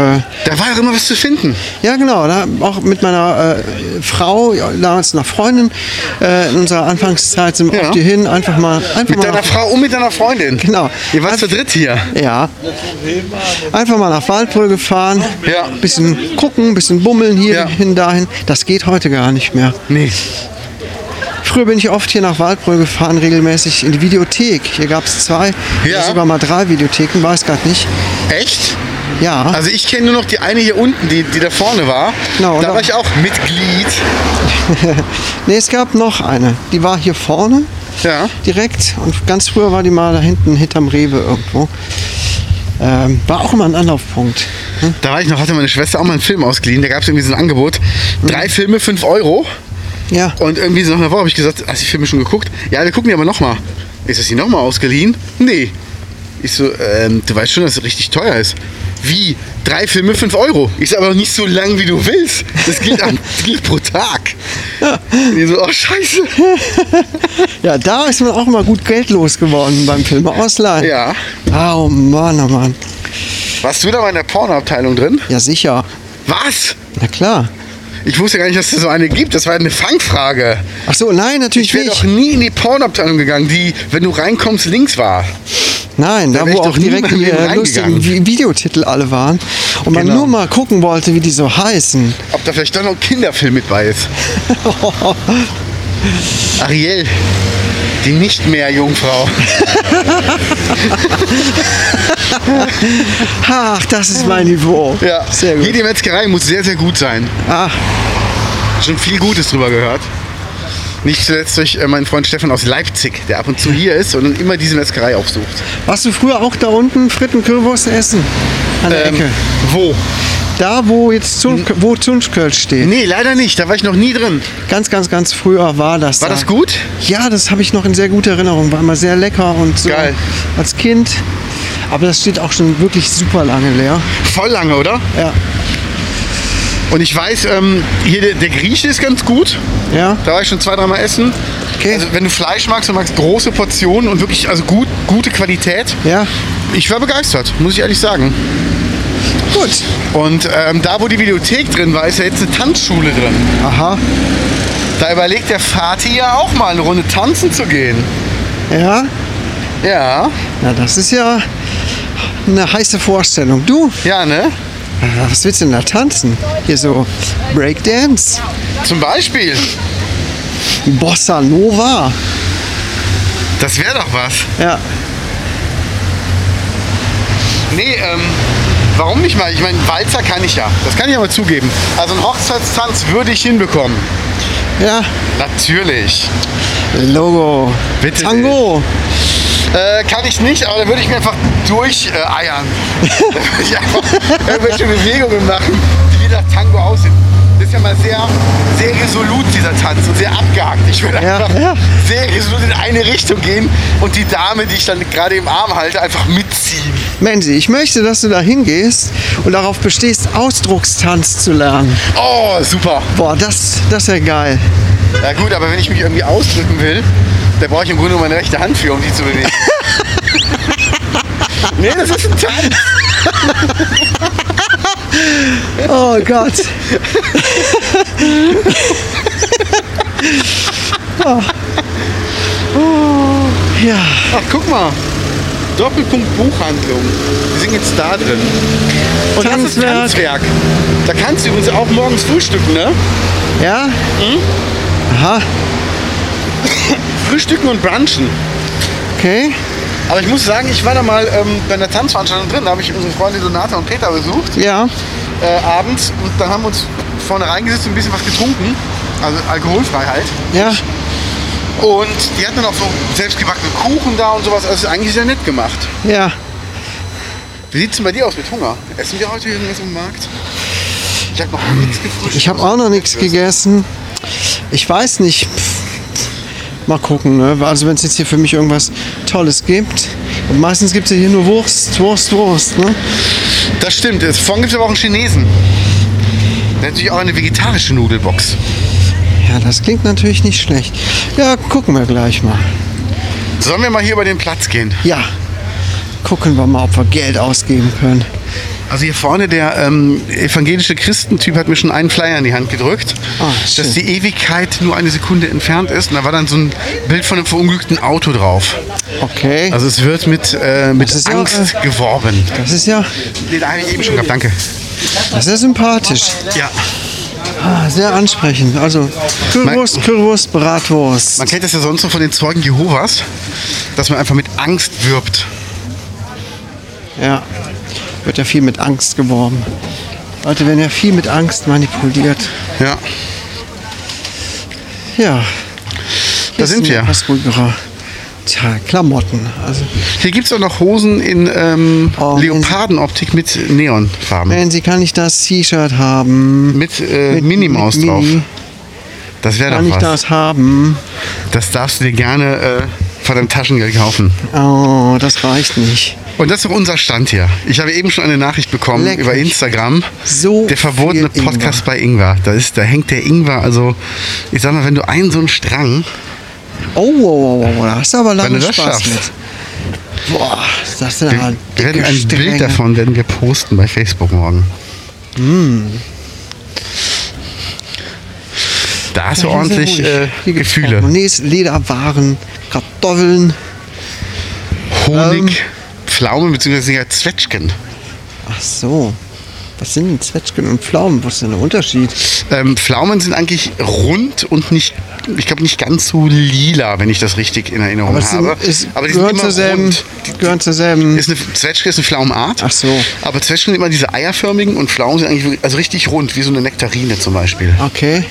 Speaker 2: Da war doch immer was zu finden.
Speaker 1: ja genau, da, auch mit meiner äh, Frau, ja, damals noch Freundin, äh, in unserer Anfangszeit sind wir
Speaker 2: Ja.
Speaker 1: oft hier hin, einfach mal... Einfach
Speaker 2: Mit
Speaker 1: mal
Speaker 2: deiner
Speaker 1: nach-
Speaker 2: Frau und mit deiner Freundin.
Speaker 1: Genau.
Speaker 2: Ihr wart zu dritt hier.
Speaker 1: Ja. Einfach mal nach Waldbrüll gefahren,
Speaker 2: Ja.
Speaker 1: bisschen gucken, bisschen bummeln hier
Speaker 2: Ja.
Speaker 1: hin, dahin. Das geht heute gar nicht mehr.
Speaker 2: Nee.
Speaker 1: Früher bin ich oft hier nach Waldbrüll gefahren, regelmäßig in die Videothek. Hier gab es zwei,
Speaker 2: Ja.
Speaker 1: sogar mal drei Videotheken, weiß grad nicht.
Speaker 2: Echt?
Speaker 1: Ja.
Speaker 2: Also ich kenne nur noch die eine hier unten, die, die da vorne war.
Speaker 1: Genau,
Speaker 2: da
Speaker 1: da-
Speaker 2: war ich auch Mitglied.
Speaker 1: nee, es gab noch eine. Die war hier vorne.
Speaker 2: Ja.
Speaker 1: Direkt. Und ganz früher war die mal da hinten hinterm Rewe irgendwo. Ähm, war auch immer ein Anlaufpunkt. Hm?
Speaker 2: Da war ich noch, hatte meine Schwester auch mal einen Film ausgeliehen. Da gab es irgendwie so ein Angebot. Drei Filme, fünf Euro.
Speaker 1: Ja.
Speaker 2: Und irgendwie so nach einer Woche habe ich gesagt, hast du die Filme schon geguckt? Ja, wir gucken die aber nochmal. Ist das hier nochmal ausgeliehen? Nee. Ich so, ähm, du weißt schon, dass es richtig teuer ist. Wie? Drei Filme, fünf Euro. Ich so, aber nicht so lang, wie du willst. Das gilt, an, das gilt pro Tag. Und ich so, oh scheiße.
Speaker 1: ja, da ist man auch immer gut Geld losgeworden beim Filme ausleihen.
Speaker 2: Ja.
Speaker 1: Oh Mann, oh Mann.
Speaker 2: Warst du da mal in der Pornoabteilung drin?
Speaker 1: Ja, sicher.
Speaker 2: Was?
Speaker 1: Na klar.
Speaker 2: Ich wusste gar nicht, dass es so eine gibt. Das war eine Fangfrage.
Speaker 1: Ach so, nein, natürlich
Speaker 2: Ich wäre
Speaker 1: nicht.
Speaker 2: doch nie in die Pornabteilung gegangen, die, wenn du reinkommst, links war.
Speaker 1: Nein,
Speaker 2: Da
Speaker 1: da
Speaker 2: wär
Speaker 1: wo
Speaker 2: ich
Speaker 1: auch
Speaker 2: doch nie
Speaker 1: direkt
Speaker 2: in
Speaker 1: die
Speaker 2: mein Leben
Speaker 1: äh, lustigen
Speaker 2: reingegangen.
Speaker 1: Vi- Videotitel alle waren und man
Speaker 2: Genau.
Speaker 1: nur mal gucken wollte, wie die so heißen.
Speaker 2: Ob da vielleicht doch noch ein Kinderfilm mit bei ist. Ariel, die nicht mehr Jungfrau.
Speaker 1: Ach, das ist mein Niveau.
Speaker 2: Ja,
Speaker 1: Sehr gut.
Speaker 2: Jede Metzgerei muss sehr, sehr gut sein.
Speaker 1: Ach,
Speaker 2: Schon viel Gutes drüber gehört. Nicht zuletzt durch äh, meinen Freund Stefan aus Leipzig, der ab und zu hier ist und dann immer diese Metzgerei aufsucht.
Speaker 1: warst du früher auch da unten Fritten Currywurst essen? An der Ecke.
Speaker 2: Ähm, wo?
Speaker 1: Da, wo jetzt Zun wo Zunschköln steht.
Speaker 2: Nee, leider nicht. Da war ich noch nie drin.
Speaker 1: Ganz, ganz, ganz früher war das.
Speaker 2: War
Speaker 1: da.
Speaker 2: das gut?
Speaker 1: Ja, das habe ich noch in sehr guter Erinnerung. War immer sehr lecker und so
Speaker 2: Geil.
Speaker 1: als Kind. Aber das steht auch schon wirklich super lange leer.
Speaker 2: Voll lange, oder?
Speaker 1: Ja.
Speaker 2: Und ich weiß, ähm, hier der, der Grieche ist ganz gut.
Speaker 1: Ja.
Speaker 2: Da war ich schon zwei, dreimal essen.
Speaker 1: Okay.
Speaker 2: Also wenn du Fleisch magst, du magst große Portionen und wirklich also gut, gute Qualität.
Speaker 1: Ja.
Speaker 2: Ich war begeistert, muss ich ehrlich sagen.
Speaker 1: Gut.
Speaker 2: Und ähm, da, wo die Videothek drin war, ist ja jetzt eine Tanzschule drin.
Speaker 1: Aha.
Speaker 2: Da überlegt der Vati ja auch mal eine Runde tanzen zu gehen.
Speaker 1: Ja.
Speaker 2: Ja,
Speaker 1: Na, das ist ja eine heiße Vorstellung. Du,
Speaker 2: ja, ne?
Speaker 1: was willst du denn da tanzen? Hier so Breakdance,
Speaker 2: Zum Beispiel.
Speaker 1: Bossa Nova.
Speaker 2: Das wäre doch was.
Speaker 1: Ja.
Speaker 2: Nee, ähm, warum nicht mal? Ich meine, Walzer kann ich ja. Das kann ich aber zugeben. Also einen Hochzeitstanz würde ich hinbekommen.
Speaker 1: Ja.
Speaker 2: Natürlich.
Speaker 1: Logo.
Speaker 2: Bitte
Speaker 1: Tango.
Speaker 2: Äh, kann ich nicht, aber da würde ich mir einfach durcheiern. da würde ich einfach irgendwelche Bewegungen machen, die wie nach Tango aussehen. Das ist ja mal sehr, sehr resolut, dieser Tanz, und sehr abgehakt. Ich würde
Speaker 1: Ja,
Speaker 2: einfach
Speaker 1: ja.
Speaker 2: sehr resolut in eine Richtung gehen und die Dame, die ich dann gerade im Arm halte, einfach mitziehen.
Speaker 1: Menzi, ich möchte, dass du da hingehst und darauf bestehst, Ausdruckstanz zu lernen.
Speaker 2: Oh, super.
Speaker 1: Boah, das, das wäre geil.
Speaker 2: Ja gut, aber wenn ich mich irgendwie ausdrücken will, da brauche ich im Grunde meine rechte Hand für, um die zu bewegen. nee, das ist ein Tanz.
Speaker 1: Oh Gott. oh. Ja,
Speaker 2: Ach, guck mal. Doppelpunkt Buchhandlung. Wir sind jetzt da drin. Und das ist
Speaker 1: Tanzwerk.
Speaker 2: Tanzwerk. Da kannst du übrigens auch morgens frühstücken, ne?
Speaker 1: ja? Aha,
Speaker 2: Frühstücken und brunchen.
Speaker 1: okay.
Speaker 2: Aber ich muss sagen, ich war da mal ähm, bei einer Tanzveranstaltung drin. Da habe ich unsere Freunde Donata und Peter besucht.
Speaker 1: Ja,
Speaker 2: äh, abends und dann haben wir uns vorne reingesetzt und ein bisschen was getrunken. Also alkoholfrei halt.
Speaker 1: ja.
Speaker 2: Und die hatten dann auch so selbstgebackenen Kuchen da und sowas. Also es ist eigentlich sehr nett gemacht.
Speaker 1: Ja,
Speaker 2: Wie sieht's denn bei dir aus mit Hunger? Essen wir heute irgendwas im Markt? Ich habe noch nichts gefrühstückt.
Speaker 1: ich habe auch noch nichts gegessen. Ich weiß nicht. Pff. Mal gucken, ne? Also wenn es jetzt hier für mich irgendwas Tolles gibt. Und meistens gibt es ja hier nur Wurst, Wurst, Wurst, ne?
Speaker 2: Das stimmt. Es- Vorhin gibt es aber auch einen Chinesen. Der hat natürlich auch eine vegetarische Nudelbox.
Speaker 1: Ja, das klingt natürlich nicht schlecht. Ja, gucken wir gleich mal.
Speaker 2: Sollen wir mal hier über den Platz gehen?
Speaker 1: Ja, gucken wir mal, ob wir Geld ausgeben können.
Speaker 2: Also hier vorne der ähm, evangelische Christentyp hat mir schon einen Flyer in die Hand gedrückt,
Speaker 1: Ah, schön.
Speaker 2: dass die Ewigkeit nur eine Sekunde entfernt ist. Und da war dann so ein Bild von einem verunglückten Auto drauf.
Speaker 1: Okay.
Speaker 2: Also es wird mit, äh, mit
Speaker 1: Das ist ja,
Speaker 2: Angst geworben.
Speaker 1: das ist ja,
Speaker 2: Den habe ich eben schon gehabt, danke.
Speaker 1: das ist ja sympathisch.
Speaker 2: Ja,
Speaker 1: Ah, sehr ansprechend. Also Currywurst, Currywurst, Bratwurst.
Speaker 2: man kennt das ja sonst so von den Zeugen Jehovas, dass man einfach mit Angst wirbt.
Speaker 1: Ja, wird ja viel mit Angst geworben. Leute werden ja viel mit Angst manipuliert.
Speaker 2: Ja,
Speaker 1: Ja.
Speaker 2: Da sind wir.
Speaker 1: Was ruhigerer. Tja, Klamotten. Also,
Speaker 2: hier gibt es auch noch Hosen in ähm,
Speaker 1: Oh,
Speaker 2: Leopardenoptik mit Neonfarben.
Speaker 1: wenn sie kann ich das T-Shirt haben.
Speaker 2: Mit, äh,
Speaker 1: Mit-
Speaker 2: Minimaus
Speaker 1: mit
Speaker 2: drauf.
Speaker 1: Mini.
Speaker 2: Das wäre
Speaker 1: Kann
Speaker 2: doch
Speaker 1: ich
Speaker 2: was.
Speaker 1: das haben?
Speaker 2: Das darfst du dir gerne äh, von deinem Taschengeld kaufen.
Speaker 1: Oh, das reicht nicht.
Speaker 2: Und das ist auch unser Stand hier. Ich habe eben schon eine Nachricht bekommen
Speaker 1: Leck
Speaker 2: über
Speaker 1: mich.
Speaker 2: Instagram.
Speaker 1: So
Speaker 2: der verbotene
Speaker 1: viel
Speaker 2: Podcast bei Ingwer. Da, ist, da hängt der Ingwer. Also, ich sag mal, wenn du einen so einen Strang.
Speaker 1: Oh, wow, wow, wow, wow, da hast du aber lange
Speaker 2: Wenn du das
Speaker 1: Spaß
Speaker 2: schaffst.
Speaker 1: mit. Boah, das sind aber
Speaker 2: Wir, wir werden
Speaker 1: dicke
Speaker 2: ein
Speaker 1: Stränge.
Speaker 2: Bild davon werden wir posten bei Facebook morgen. Hm. Da hast du
Speaker 1: Ja, hier sind
Speaker 2: ordentlich
Speaker 1: ruhig.
Speaker 2: äh,
Speaker 1: Hier gibt's
Speaker 2: Gefühle.
Speaker 1: Portemonnaies, Lederwaren, Kartoffeln,
Speaker 2: Honig,
Speaker 1: Ähm,
Speaker 2: Pflaumen bzw. ja Zwetschgen.
Speaker 1: Ach so. Was sind denn Zwetschgen und Pflaumen? Was ist denn der Unterschied?
Speaker 2: Ähm, Pflaumen sind eigentlich rund und nicht, ich glaube, nicht ganz so lila, wenn ich das richtig in Erinnerung
Speaker 1: Aber es sind,
Speaker 2: habe.
Speaker 1: es
Speaker 2: Aber die
Speaker 1: gehören
Speaker 2: sind immer
Speaker 1: zur selben.
Speaker 2: rund.
Speaker 1: Die gehören zur selben.
Speaker 2: Ist eine, Zwetschge ist eine Pflaumenart.
Speaker 1: Ach so.
Speaker 2: Aber Zwetschgen sind immer diese eierförmigen und Pflaumen sind eigentlich wirklich- also richtig rund, wie so eine Nektarine zum Beispiel.
Speaker 1: Okay.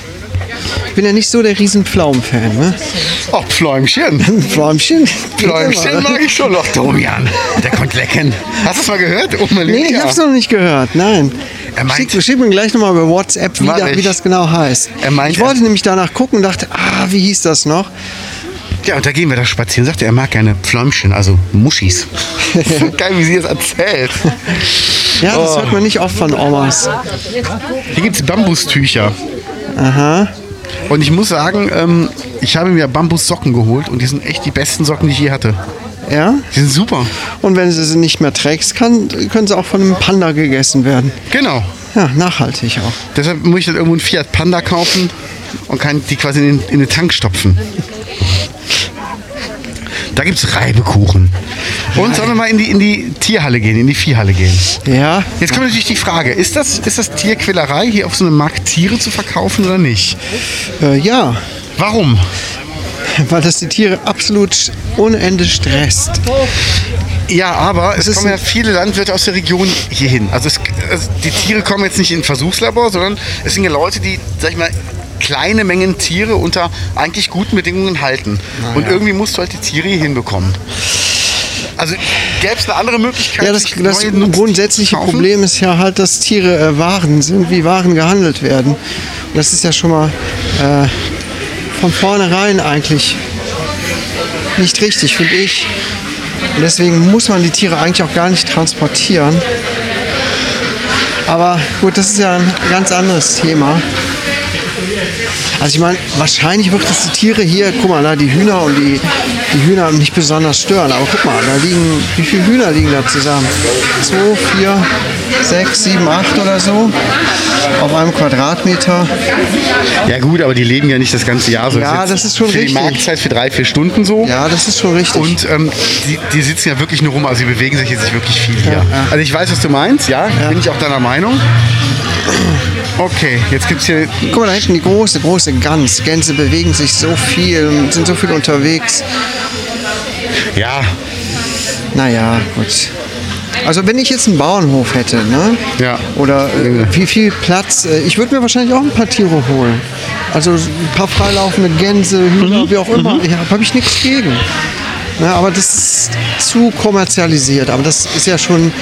Speaker 1: Ich bin ja nicht so der riesen Pflaumen-Fan, ne?
Speaker 2: Oh, Pfläumchen.
Speaker 1: Pflaumchen? geht
Speaker 2: Pfläumchen
Speaker 1: immer.
Speaker 2: mag ich schon noch. Domian, der kommt lecken. Hast du es mal gehört? Oh, mein
Speaker 1: Nee, ich
Speaker 2: Lieber.
Speaker 1: hab's noch nicht gehört. Nein.
Speaker 2: Er meint-
Speaker 1: schick, schick mir gleich nochmal über WhatsApp, wie,
Speaker 2: Mach
Speaker 1: da,
Speaker 2: ich.
Speaker 1: wie das genau heißt.
Speaker 2: Er meint,
Speaker 1: ich wollte
Speaker 2: er-
Speaker 1: nämlich danach gucken und dachte, ah, wie hieß das noch?
Speaker 2: Ja, und da gehen wir da spazieren. Sagt er, er mag gerne Pfläumchen, also Muschis. so geil, wie sie das erzählt.
Speaker 1: Ja, das
Speaker 2: Oh.
Speaker 1: hört man nicht oft von Omas.
Speaker 2: Hier gibt es Bambustücher.
Speaker 1: Aha.
Speaker 2: Und ich muss sagen, ähm, ich habe mir Bambussocken geholt und die sind echt die besten Socken, die ich je hatte.
Speaker 1: Ja?
Speaker 2: Die sind super.
Speaker 1: Und wenn du sie nicht mehr trägst, kann, können sie auch von einem Panda gegessen werden.
Speaker 2: Genau.
Speaker 1: Ja, nachhaltig auch.
Speaker 2: Deshalb muss ich dann irgendwo einen Fiat Panda kaufen und kann die quasi in den, in den Tank stopfen. Da gibt es Reibekuchen. Und sollen wir mal in die, in die Tierhalle gehen, in die Viehhalle gehen?
Speaker 1: Ja?
Speaker 2: Jetzt kommt natürlich die Frage, ist das, ist das Tierquälerei, hier auf so einem Markt Tiere zu verkaufen oder nicht?
Speaker 1: Äh, ja,
Speaker 2: Warum?
Speaker 1: weil das die Tiere absolut unendlich stresst.
Speaker 2: Ja, aber es
Speaker 1: ist
Speaker 2: kommen ja
Speaker 1: ein-
Speaker 2: viele Landwirte aus der Region hierhin. Also, es, also die Tiere kommen jetzt nicht in ein Versuchslabor, sondern es sind ja Leute, die, sag ich mal, kleine Mengen Tiere unter eigentlich guten Bedingungen halten. Und irgendwie musst du halt die Tiere hier hinbekommen. Also gäbe es eine andere Möglichkeit?
Speaker 1: Ja, das,
Speaker 2: sich
Speaker 1: das
Speaker 2: neue Nutztiere
Speaker 1: grundsätzliche
Speaker 2: zu kaufen?
Speaker 1: Problem ist ja halt, dass Tiere äh, Waren sind, wie Waren gehandelt werden. Und das ist ja schon mal äh, von vornherein eigentlich nicht richtig, finde ich. Und deswegen muss man die Tiere eigentlich auch gar nicht transportieren. Aber gut, das ist ja ein ganz anderes Thema. Also ich meine, wahrscheinlich wird es die Tiere hier, guck mal, da die Hühner und die, die Hühner nicht besonders stören. Aber guck mal, da liegen, wie viele Hühner liegen da zusammen? Zwei, vier, sechs, sieben, acht oder so auf einem Quadratmeter.
Speaker 2: Ja, gut, aber die leben ja nicht das ganze Jahr so.
Speaker 1: Ja,
Speaker 2: ist jetzt
Speaker 1: das ist schon
Speaker 2: für
Speaker 1: richtig.
Speaker 2: Die Marktzeit für drei, vier Stunden so.
Speaker 1: Ja, das ist schon richtig.
Speaker 2: Und ähm, die, die sitzen ja wirklich nur rum, also sie bewegen sich jetzt nicht wirklich viel hier.
Speaker 1: Ja, ja.
Speaker 2: Also ich weiß, was du meinst, ja, bin ich auch deiner Meinung. Okay, jetzt gibt's hier.
Speaker 1: guck mal, da hinten die große, große Gans. Gänse bewegen sich so viel, und sind so viel unterwegs.
Speaker 2: Ja,
Speaker 1: Naja, gut. Also wenn ich jetzt einen Bauernhof hätte, ne?
Speaker 2: Ja.
Speaker 1: Oder äh, wie viel Platz, äh, ich würde mir wahrscheinlich auch ein paar Tiere holen. Also ein paar freilaufende Gänse, Hühner, wie auch immer. Ja, habe ich nichts gegen. Ne, aber das ist zu kommerzialisiert. Aber das ist ja schon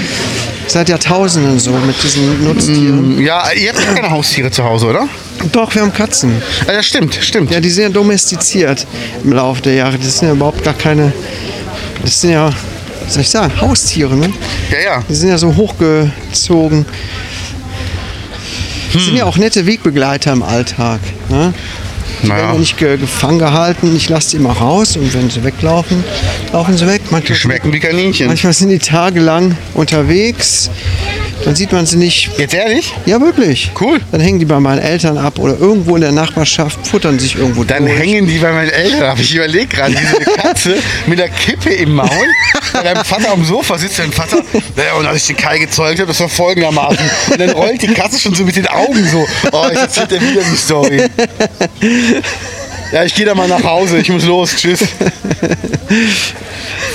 Speaker 1: seit Jahrtausenden so mit diesen Nutztieren.
Speaker 2: ja, ihr habt ja keine Haustiere zu Hause, oder?
Speaker 1: Doch, wir haben Katzen.
Speaker 2: Ah, Ja, stimmt, stimmt.
Speaker 1: Ja, die sind ja domestiziert im Laufe der Jahre. Das sind ja überhaupt gar keine. Das sind ja, was soll ich sagen, Haustiere, ne?
Speaker 2: Ja, ja.
Speaker 1: Die sind ja so hochgezogen. Das
Speaker 2: Hm.
Speaker 1: sind ja auch nette Wegbegleiter im Alltag. Ne? Die
Speaker 2: Naja.
Speaker 1: werden ja nicht ge gefangen gehalten. Ich lasse sie immer raus und wenn sie weglaufen, laufen sie weg.
Speaker 2: Die
Speaker 1: Manchmal,
Speaker 2: schmecken wie Kaninchen.
Speaker 1: manchmal sind die tagelang unterwegs. Dann sieht man sie nicht.
Speaker 2: Jetzt ehrlich?
Speaker 1: Ja, wirklich.
Speaker 2: Cool.
Speaker 1: Dann hängen die bei meinen Eltern ab oder irgendwo in der Nachbarschaft, futtern sich irgendwo
Speaker 2: Dann
Speaker 1: durch.
Speaker 2: hängen die bei meinen Eltern ab. Ich überlege gerade, diese Katze mit der Kippe im Maul bei deinem Vater am Sofa sitzt. Dein Vater, naja, und als ich den Kai gezeugt habe, das war folgendermaßen. Und dann rollt die Katze schon so mit den Augen so. Oh, jetzt erzählt er wieder die Story. Ja, ich gehe da mal nach Hause. Ich muss los. Tschüss.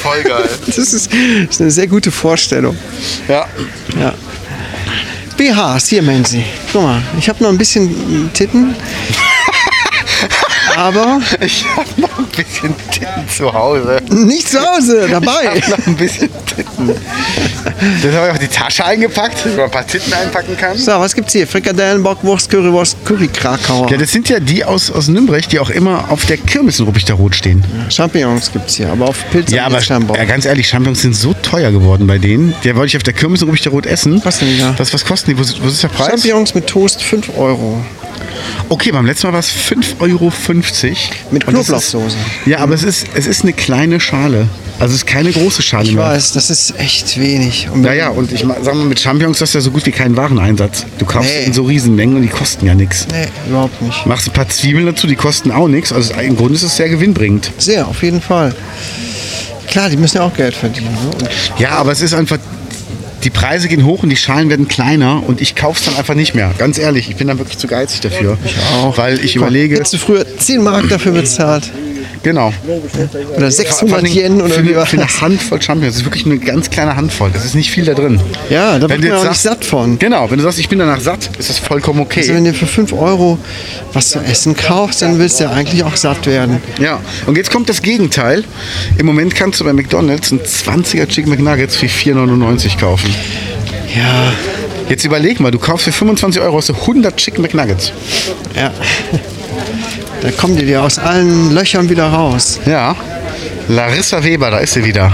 Speaker 2: Voll geil.
Speaker 1: Das ist, das ist eine sehr gute Vorstellung.
Speaker 2: Ja.
Speaker 1: Ja. BHs, hier meinen Sie. Guck mal, ich habe noch ein bisschen Titten. aber
Speaker 2: Ich habe noch ein bisschen Titten zu Hause.
Speaker 1: nicht zu Hause,
Speaker 2: Ich
Speaker 1: dabei.
Speaker 2: hab noch ein bisschen Titten. Das habe ich auch die Tasche eingepackt, dass man ein paar Titten einpacken kann.
Speaker 1: So, was gibt's hier? Frikadellen, Bockwurst, Currywurst, Curry Krakauer.
Speaker 2: Ja, das sind ja die aus, aus Nürnberg, die auch immer auf der Kirmes in Ruppichteroth stehen.
Speaker 1: Champignons gibt's hier, aber auf Pilz
Speaker 2: Ja,
Speaker 1: am
Speaker 2: aber
Speaker 1: Kirschbaum.
Speaker 2: ja, ganz ehrlich, Champignons sind so teuer geworden bei denen. Der wollte ich auf der Kirmes in Ruppichteroth essen.
Speaker 1: Was denn da?
Speaker 2: Das, was kosten die? Was, was ist der Preis?
Speaker 1: Champignons mit Toast 5 Euro.
Speaker 2: Okay, beim letzten Mal war es 5,50 Euro.
Speaker 1: Mit
Speaker 2: Und das ist-
Speaker 1: Knoblauchsoße.
Speaker 2: Ja, aber es ist, es ist eine kleine Schale. Also es ist keine große Schale
Speaker 1: Ich
Speaker 2: mehr.
Speaker 1: weiß, das ist echt wenig. Und
Speaker 2: Naja, und ich ma- sag mal, mit Champignons hast du ja so gut wie keinen Wareneinsatz. Du kaufst
Speaker 1: Nee.
Speaker 2: in so Riesenmengen und die kosten ja nichts.
Speaker 1: Nee, überhaupt nicht.
Speaker 2: Machst ein paar Zwiebeln dazu, die kosten auch nichts. Also im Grunde ist es sehr gewinnbringend.
Speaker 1: Sehr, auf jeden Fall. Klar, die müssen ja auch Geld verdienen. Ne? Und
Speaker 2: Ja, aber es ist einfach. Die Preise gehen hoch und die Schalen werden kleiner und ich kauf's dann einfach nicht mehr. Ganz ehrlich, ich bin dann wirklich zu geizig dafür. Ich auch. Weil ich überlege.
Speaker 1: Hättest du früher 10 Mark dafür bezahlt
Speaker 2: Genau.
Speaker 1: oder
Speaker 2: Vor
Speaker 1: 600
Speaker 2: allen Dingen
Speaker 1: Yen
Speaker 2: für,
Speaker 1: oder wie
Speaker 2: eine-
Speaker 1: war
Speaker 2: für eine
Speaker 1: das?
Speaker 2: Handvoll Champignons. Das ist wirklich eine ganz kleine Handvoll. Das ist nicht viel da drin.
Speaker 1: Ja, da
Speaker 2: Wenn
Speaker 1: wird
Speaker 2: du
Speaker 1: man
Speaker 2: jetzt
Speaker 1: auch nicht satt von.
Speaker 2: Genau, wenn du sagst, ich bin danach satt, ist das vollkommen okay.
Speaker 1: Also wenn du für 5 Euro was zu essen kaufst, dann willst du ja eigentlich auch satt werden.
Speaker 2: Ja, und jetzt kommt das Gegenteil. Im Moment kannst du bei McDonalds einen 20er Chicken McNuggets für 4,99 kaufen.
Speaker 1: Ja,
Speaker 2: Jetzt überleg mal, du kaufst für 25 Euro hast du 100 Chicken McNuggets.
Speaker 1: ja. Da kommen die dir aus allen Löchern wieder raus.
Speaker 2: Ja. Larissa Weber, da ist sie wieder.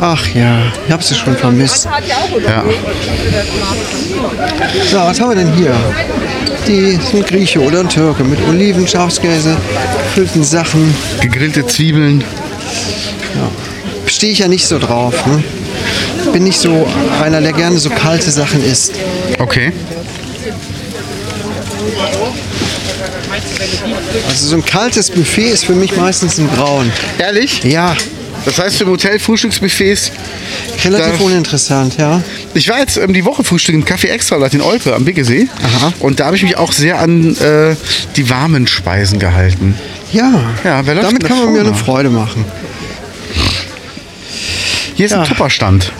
Speaker 1: Ach ja, ich hab sie schon vermisst.
Speaker 2: Ja.
Speaker 1: So, was haben wir denn hier? Die sind Grieche oder ein Türke mit Oliven, Schafskäse, gefüllten Sachen.
Speaker 2: Gegrillte Zwiebeln.
Speaker 1: Stehe ich ja nicht so drauf. Ne? Bin nicht so einer, der gerne so kalte Sachen isst.
Speaker 2: Okay.
Speaker 1: Also so ein kaltes Buffet ist für mich meistens ein Braun.
Speaker 2: Ehrlich?
Speaker 1: Ja,
Speaker 2: Das heißt, im Hotel Frühstücksbuffets.
Speaker 1: relativ
Speaker 2: Da-
Speaker 1: uninteressant, ja.
Speaker 2: Ich war jetzt ähm, die Woche frühstücken im Café Extra Blatt in Olpe am Biggesee.
Speaker 1: Aha.
Speaker 2: Und da habe ich mich auch sehr an äh, die warmen Speisen gehalten.
Speaker 1: Ja,
Speaker 2: Ja, wer läuft
Speaker 1: damit
Speaker 2: denn da
Speaker 1: kann man mir
Speaker 2: vorne?
Speaker 1: eine Freude machen.
Speaker 2: Hier ist ein
Speaker 1: Ja.
Speaker 2: Tupperstand.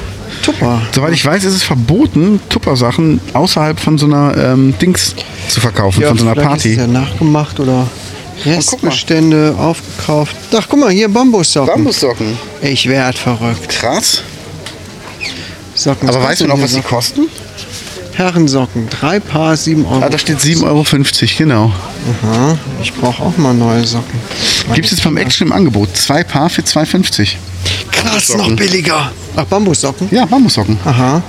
Speaker 1: Super.
Speaker 2: Soweit ich weiß, ist es verboten, Tuppersachen außerhalb von so einer ähm, Dings zu verkaufen, von so einer
Speaker 1: vielleicht Ist es
Speaker 2: Party. Oh,
Speaker 1: ja nachgemacht oder
Speaker 2: guck mal.
Speaker 1: Restbestände aufgekauft. Ach, guck mal, hier Bambussocken.
Speaker 2: Bambussocken.
Speaker 1: Ich werd verrückt.
Speaker 2: Krass.
Speaker 1: Socken.
Speaker 2: Aber
Speaker 1: was
Speaker 2: weißt
Speaker 1: kostet
Speaker 2: du noch,
Speaker 1: denn
Speaker 2: was die
Speaker 1: hier
Speaker 2: kosten?
Speaker 1: Socken? Herrensocken. Drei Paar, sieben Euro.
Speaker 2: Ah, da steht 7,50 Euro, genau.
Speaker 1: Aha, ich brauche auch mal neue Socken.
Speaker 2: Gibt es jetzt beim Action im Angebot? Zwei Paar für 2,50.
Speaker 1: Krass,
Speaker 2: Bambussocken.
Speaker 1: noch billiger. Ach, Bambussocken?
Speaker 2: Ja, Bambussocken.
Speaker 1: Aha.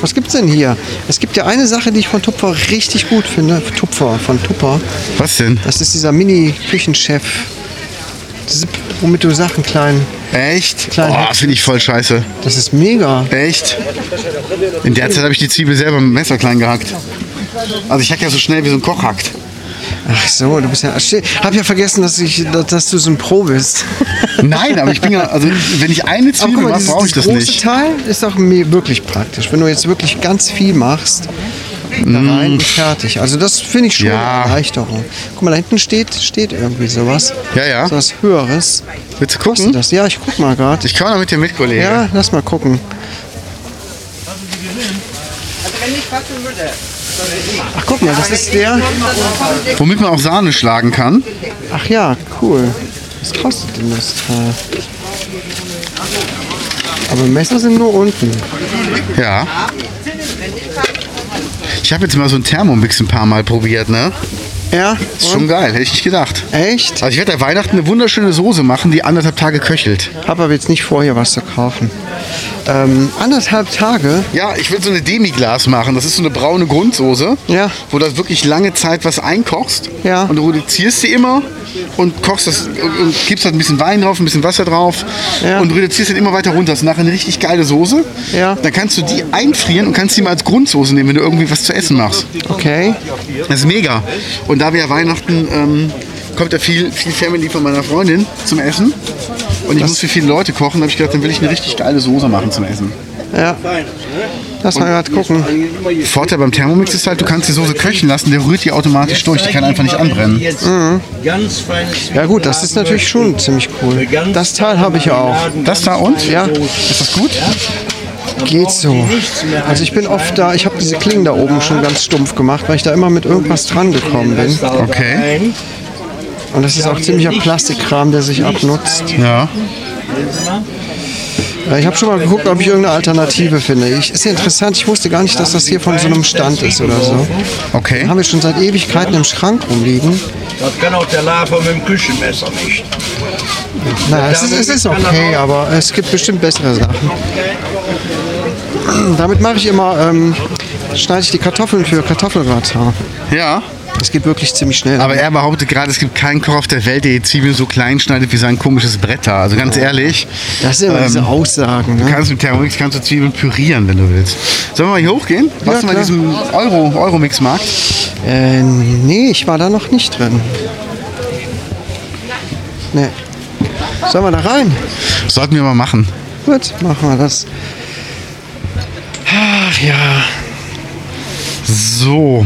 Speaker 1: Was gibt's denn hier? Es gibt ja eine Sache, die ich von Tupfer richtig gut finde. Tupfer, von Tupper.
Speaker 2: Was denn?
Speaker 1: Das ist dieser Mini-Küchenchef. Zip, Womit du Sachen klein.
Speaker 2: Echt?
Speaker 1: Kleine
Speaker 2: oh, finde ich voll scheiße.
Speaker 1: Das ist mega.
Speaker 2: Echt? In der Zeit habe ich die Zwiebel selber mit dem Messer klein gehackt. Also ich hack ja so schnell wie so ein Koch hackt.
Speaker 1: Ach so, du bist ja. Shit, Hab ja vergessen, dass, ich, dass, dass du so ein Pro bist.
Speaker 2: Nein, aber ich bin ja, also wenn ich eine
Speaker 1: Aber
Speaker 2: Zwiebel
Speaker 1: guck mal,
Speaker 2: mache,
Speaker 1: dieses,
Speaker 2: brauche ich
Speaker 1: dieses
Speaker 2: das
Speaker 1: große
Speaker 2: nicht.
Speaker 1: Teil ist doch mir wirklich praktisch. Wenn du jetzt wirklich ganz viel machst, da rein und fertig. Also das finde ich schon
Speaker 2: Ja.
Speaker 1: eine Erleichterung. Guck mal, da hinten steht, steht irgendwie sowas.
Speaker 2: Ja, ja.
Speaker 1: So was Höheres.
Speaker 2: Willst du
Speaker 1: Kostet
Speaker 2: gucken?
Speaker 1: das? Ja, ich guck mal gerade.
Speaker 2: Ich kann auch mit dir mit, Kollege.
Speaker 1: Ja, lass mal gucken. Ach, guck mal, das ist der.
Speaker 2: Womit man auch Sahne schlagen kann.
Speaker 1: Ach ja, cool. Was kostet denn das Teil? Aber Messer sind nur unten.
Speaker 2: Ja. Ich habe jetzt mal so einen Thermomix ein paar Mal probiert, ne?
Speaker 1: Ja,
Speaker 2: Ist schon geil, hätte ich nicht gedacht.
Speaker 1: echt?
Speaker 2: Also ich werde der Weihnachten eine wunderschöne Soße machen, die anderthalb Tage köchelt.
Speaker 1: Hab aber jetzt nicht vor, hier was zu kaufen. Ähm, anderthalb Tage?
Speaker 2: Ja, ich will so eine Demiglas machen. Das ist so eine braune Grundsoße,
Speaker 1: Ja.
Speaker 2: wo du wirklich lange Zeit was einkochst.
Speaker 1: Ja.
Speaker 2: Und du reduzierst sie immer und kochst das und, und gibst da ein bisschen Wein drauf, ein bisschen Wasser drauf
Speaker 1: Ja.
Speaker 2: und reduzierst dann immer weiter runter. Das ist nachher eine richtig geile Soße.
Speaker 1: Ja.
Speaker 2: Dann kannst du die einfrieren und kannst die mal als Grundsoße nehmen, wenn du irgendwie was zu essen machst.
Speaker 1: Okay.
Speaker 2: Das ist mega. Und da wir ja Weihnachten ähm, kommt ja viel, viel Family von meiner Freundin zum Essen. Und ich muss für viele Leute kochen, da habe ich gedacht, dann will ich eine richtig geile Soße machen zum Essen.
Speaker 1: Ja. Lass mal gerade gucken.
Speaker 2: Vorteil beim Thermomix ist halt, du kannst die Soße köcheln lassen, der rührt die automatisch durch, die kann einfach nicht anbrennen.
Speaker 4: Ganz feines
Speaker 1: Ja gut, das ist natürlich schon ziemlich cool. Das Teil habe ich ja auch.
Speaker 2: Das da und?
Speaker 1: Ja.
Speaker 2: Ist das gut?
Speaker 1: Geht so. Also ich bin oft da, ich habe diese Klingen da oben schon ganz stumpf gemacht, weil ich da immer mit irgendwas dran gekommen bin.
Speaker 2: Okay.
Speaker 1: Und das ist auch ziemlicher Plastikkram, der sich abnutzt.
Speaker 2: Ja.
Speaker 1: Ja, Ich habe schon mal geguckt, ob ich irgendeine Alternative finde. Ich, ist ja interessant, ich wusste gar nicht, dass das hier von so einem Stand ist oder so. Den
Speaker 2: Okay.
Speaker 1: haben wir schon seit Ewigkeiten im Schrank rumliegen.
Speaker 4: Das kann auch der Lava mit dem Küchenmesser nicht.
Speaker 1: Naja, es ist, es ist okay, aber es gibt bestimmt bessere Sachen. Damit mache ich immer, ähm, schneide ich die Kartoffeln für Kartoffelgratin.
Speaker 2: Ja.
Speaker 1: Das geht wirklich ziemlich schnell.
Speaker 2: Aber er behauptet gerade, es gibt keinen Koch auf der Welt, der die Zwiebeln so klein schneidet wie sein komisches Bretter. Also ganz ehrlich,
Speaker 1: das sind immer diese Aussagen.
Speaker 2: du
Speaker 1: Ne?
Speaker 2: kannst mit Thermomix kannst du Zwiebeln pürieren, wenn du willst. Sollen wir mal hier hochgehen? Warst du mal in
Speaker 1: klar.
Speaker 2: diesem Euro, Euro-Mix-Markt?
Speaker 1: Äh, nee, ich war da noch nicht drin. Nee. Sollen wir da rein?
Speaker 2: Sollten wir mal machen.
Speaker 1: Gut, machen wir das. Ach ja.
Speaker 2: So.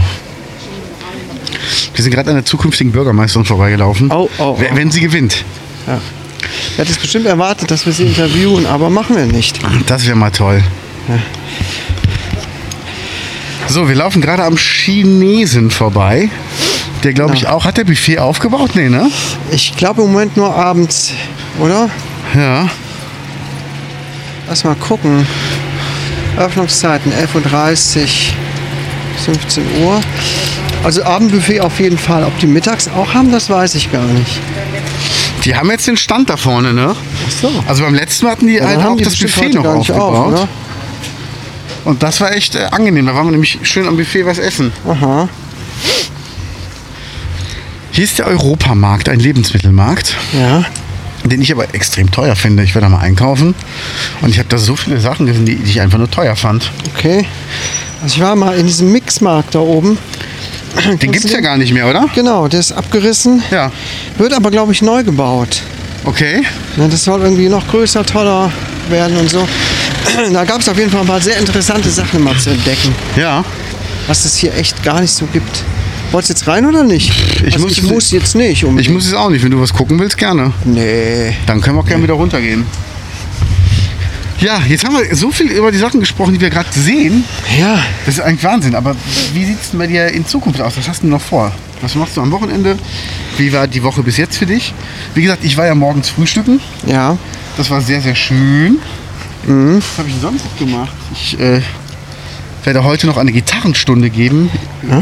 Speaker 2: Wir sind gerade an der zukünftigen Bürgermeisterin vorbeigelaufen.
Speaker 1: Oh, oh, oh.
Speaker 2: Wer- Wenn sie gewinnt,
Speaker 1: ja. Ich hätte es bestimmt erwartet, dass wir sie interviewen, aber machen wir nicht.
Speaker 2: das wäre mal toll. So, wir laufen gerade am Chinesen vorbei. Der glaube ich auch. Hat der Buffet aufgebaut? Nee, ne?
Speaker 1: Ich glaube im Moment nur abends, oder?
Speaker 2: Ja.
Speaker 1: Lass mal gucken. Öffnungszeiten 11.30 Uhr, 15 Uhr. Also Abendbuffet auf jeden Fall. Ob die mittags auch haben, das weiß ich gar nicht.
Speaker 2: Die haben jetzt den Stand da vorne, ne?
Speaker 1: Ach so.
Speaker 2: Also beim letzten Mal hatten die halt
Speaker 1: dann
Speaker 2: auch
Speaker 1: die
Speaker 2: das
Speaker 1: bestimmt
Speaker 2: Buffet
Speaker 1: heute
Speaker 2: noch
Speaker 1: gar nicht
Speaker 2: aufgebaut.
Speaker 1: Auf, ne?
Speaker 2: Und das war echt äh, angenehm. Da waren wir nämlich schön am Buffet was essen.
Speaker 1: oder? Aha.
Speaker 2: Hier ist der Europamarkt, ein Lebensmittelmarkt,
Speaker 1: Ja.
Speaker 2: den ich aber extrem teuer finde. Ich war da mal einkaufen und ich habe da so viele Sachen gesehen, die, die ich einfach nur teuer fand.
Speaker 1: Okay. Also ich war mal in diesem Mixmarkt da oben.
Speaker 2: Den gibt es ja gar nicht mehr, oder?
Speaker 1: Genau, der ist abgerissen.
Speaker 2: Ja.
Speaker 1: Wird aber, glaube ich, neu gebaut.
Speaker 2: Okay.
Speaker 1: Ne, das soll irgendwie noch größer, toller werden und so. Da gab es auf jeden Fall mal sehr interessante Sachen mal zu entdecken,
Speaker 2: Ja.
Speaker 1: was es hier echt gar nicht so gibt. Wolltest du jetzt rein oder nicht?
Speaker 2: Ich
Speaker 1: also
Speaker 2: muss
Speaker 1: ich
Speaker 2: jetzt-
Speaker 1: muss jetzt nicht.
Speaker 2: Ich
Speaker 1: Unbedingt.
Speaker 2: muss es auch nicht. Wenn du was gucken willst, gerne.
Speaker 1: Nee.
Speaker 2: Dann können wir auch gerne wieder runtergehen. Ja, jetzt haben wir so viel über die Sachen gesprochen, die wir gerade sehen.
Speaker 1: Ja.
Speaker 2: Das ist eigentlich Wahnsinn. Aber wie sieht es denn bei dir in Zukunft aus? Was hast du noch vor? Was machst du am Wochenende? Wie war die Woche bis jetzt für dich? Wie gesagt, ich war ja morgens frühstücken.
Speaker 1: Ja.
Speaker 2: Das war sehr, sehr schön. Was habe ich denn sonst noch gemacht? Mhm. Ich äh, werde heute noch eine Gitarrenstunde geben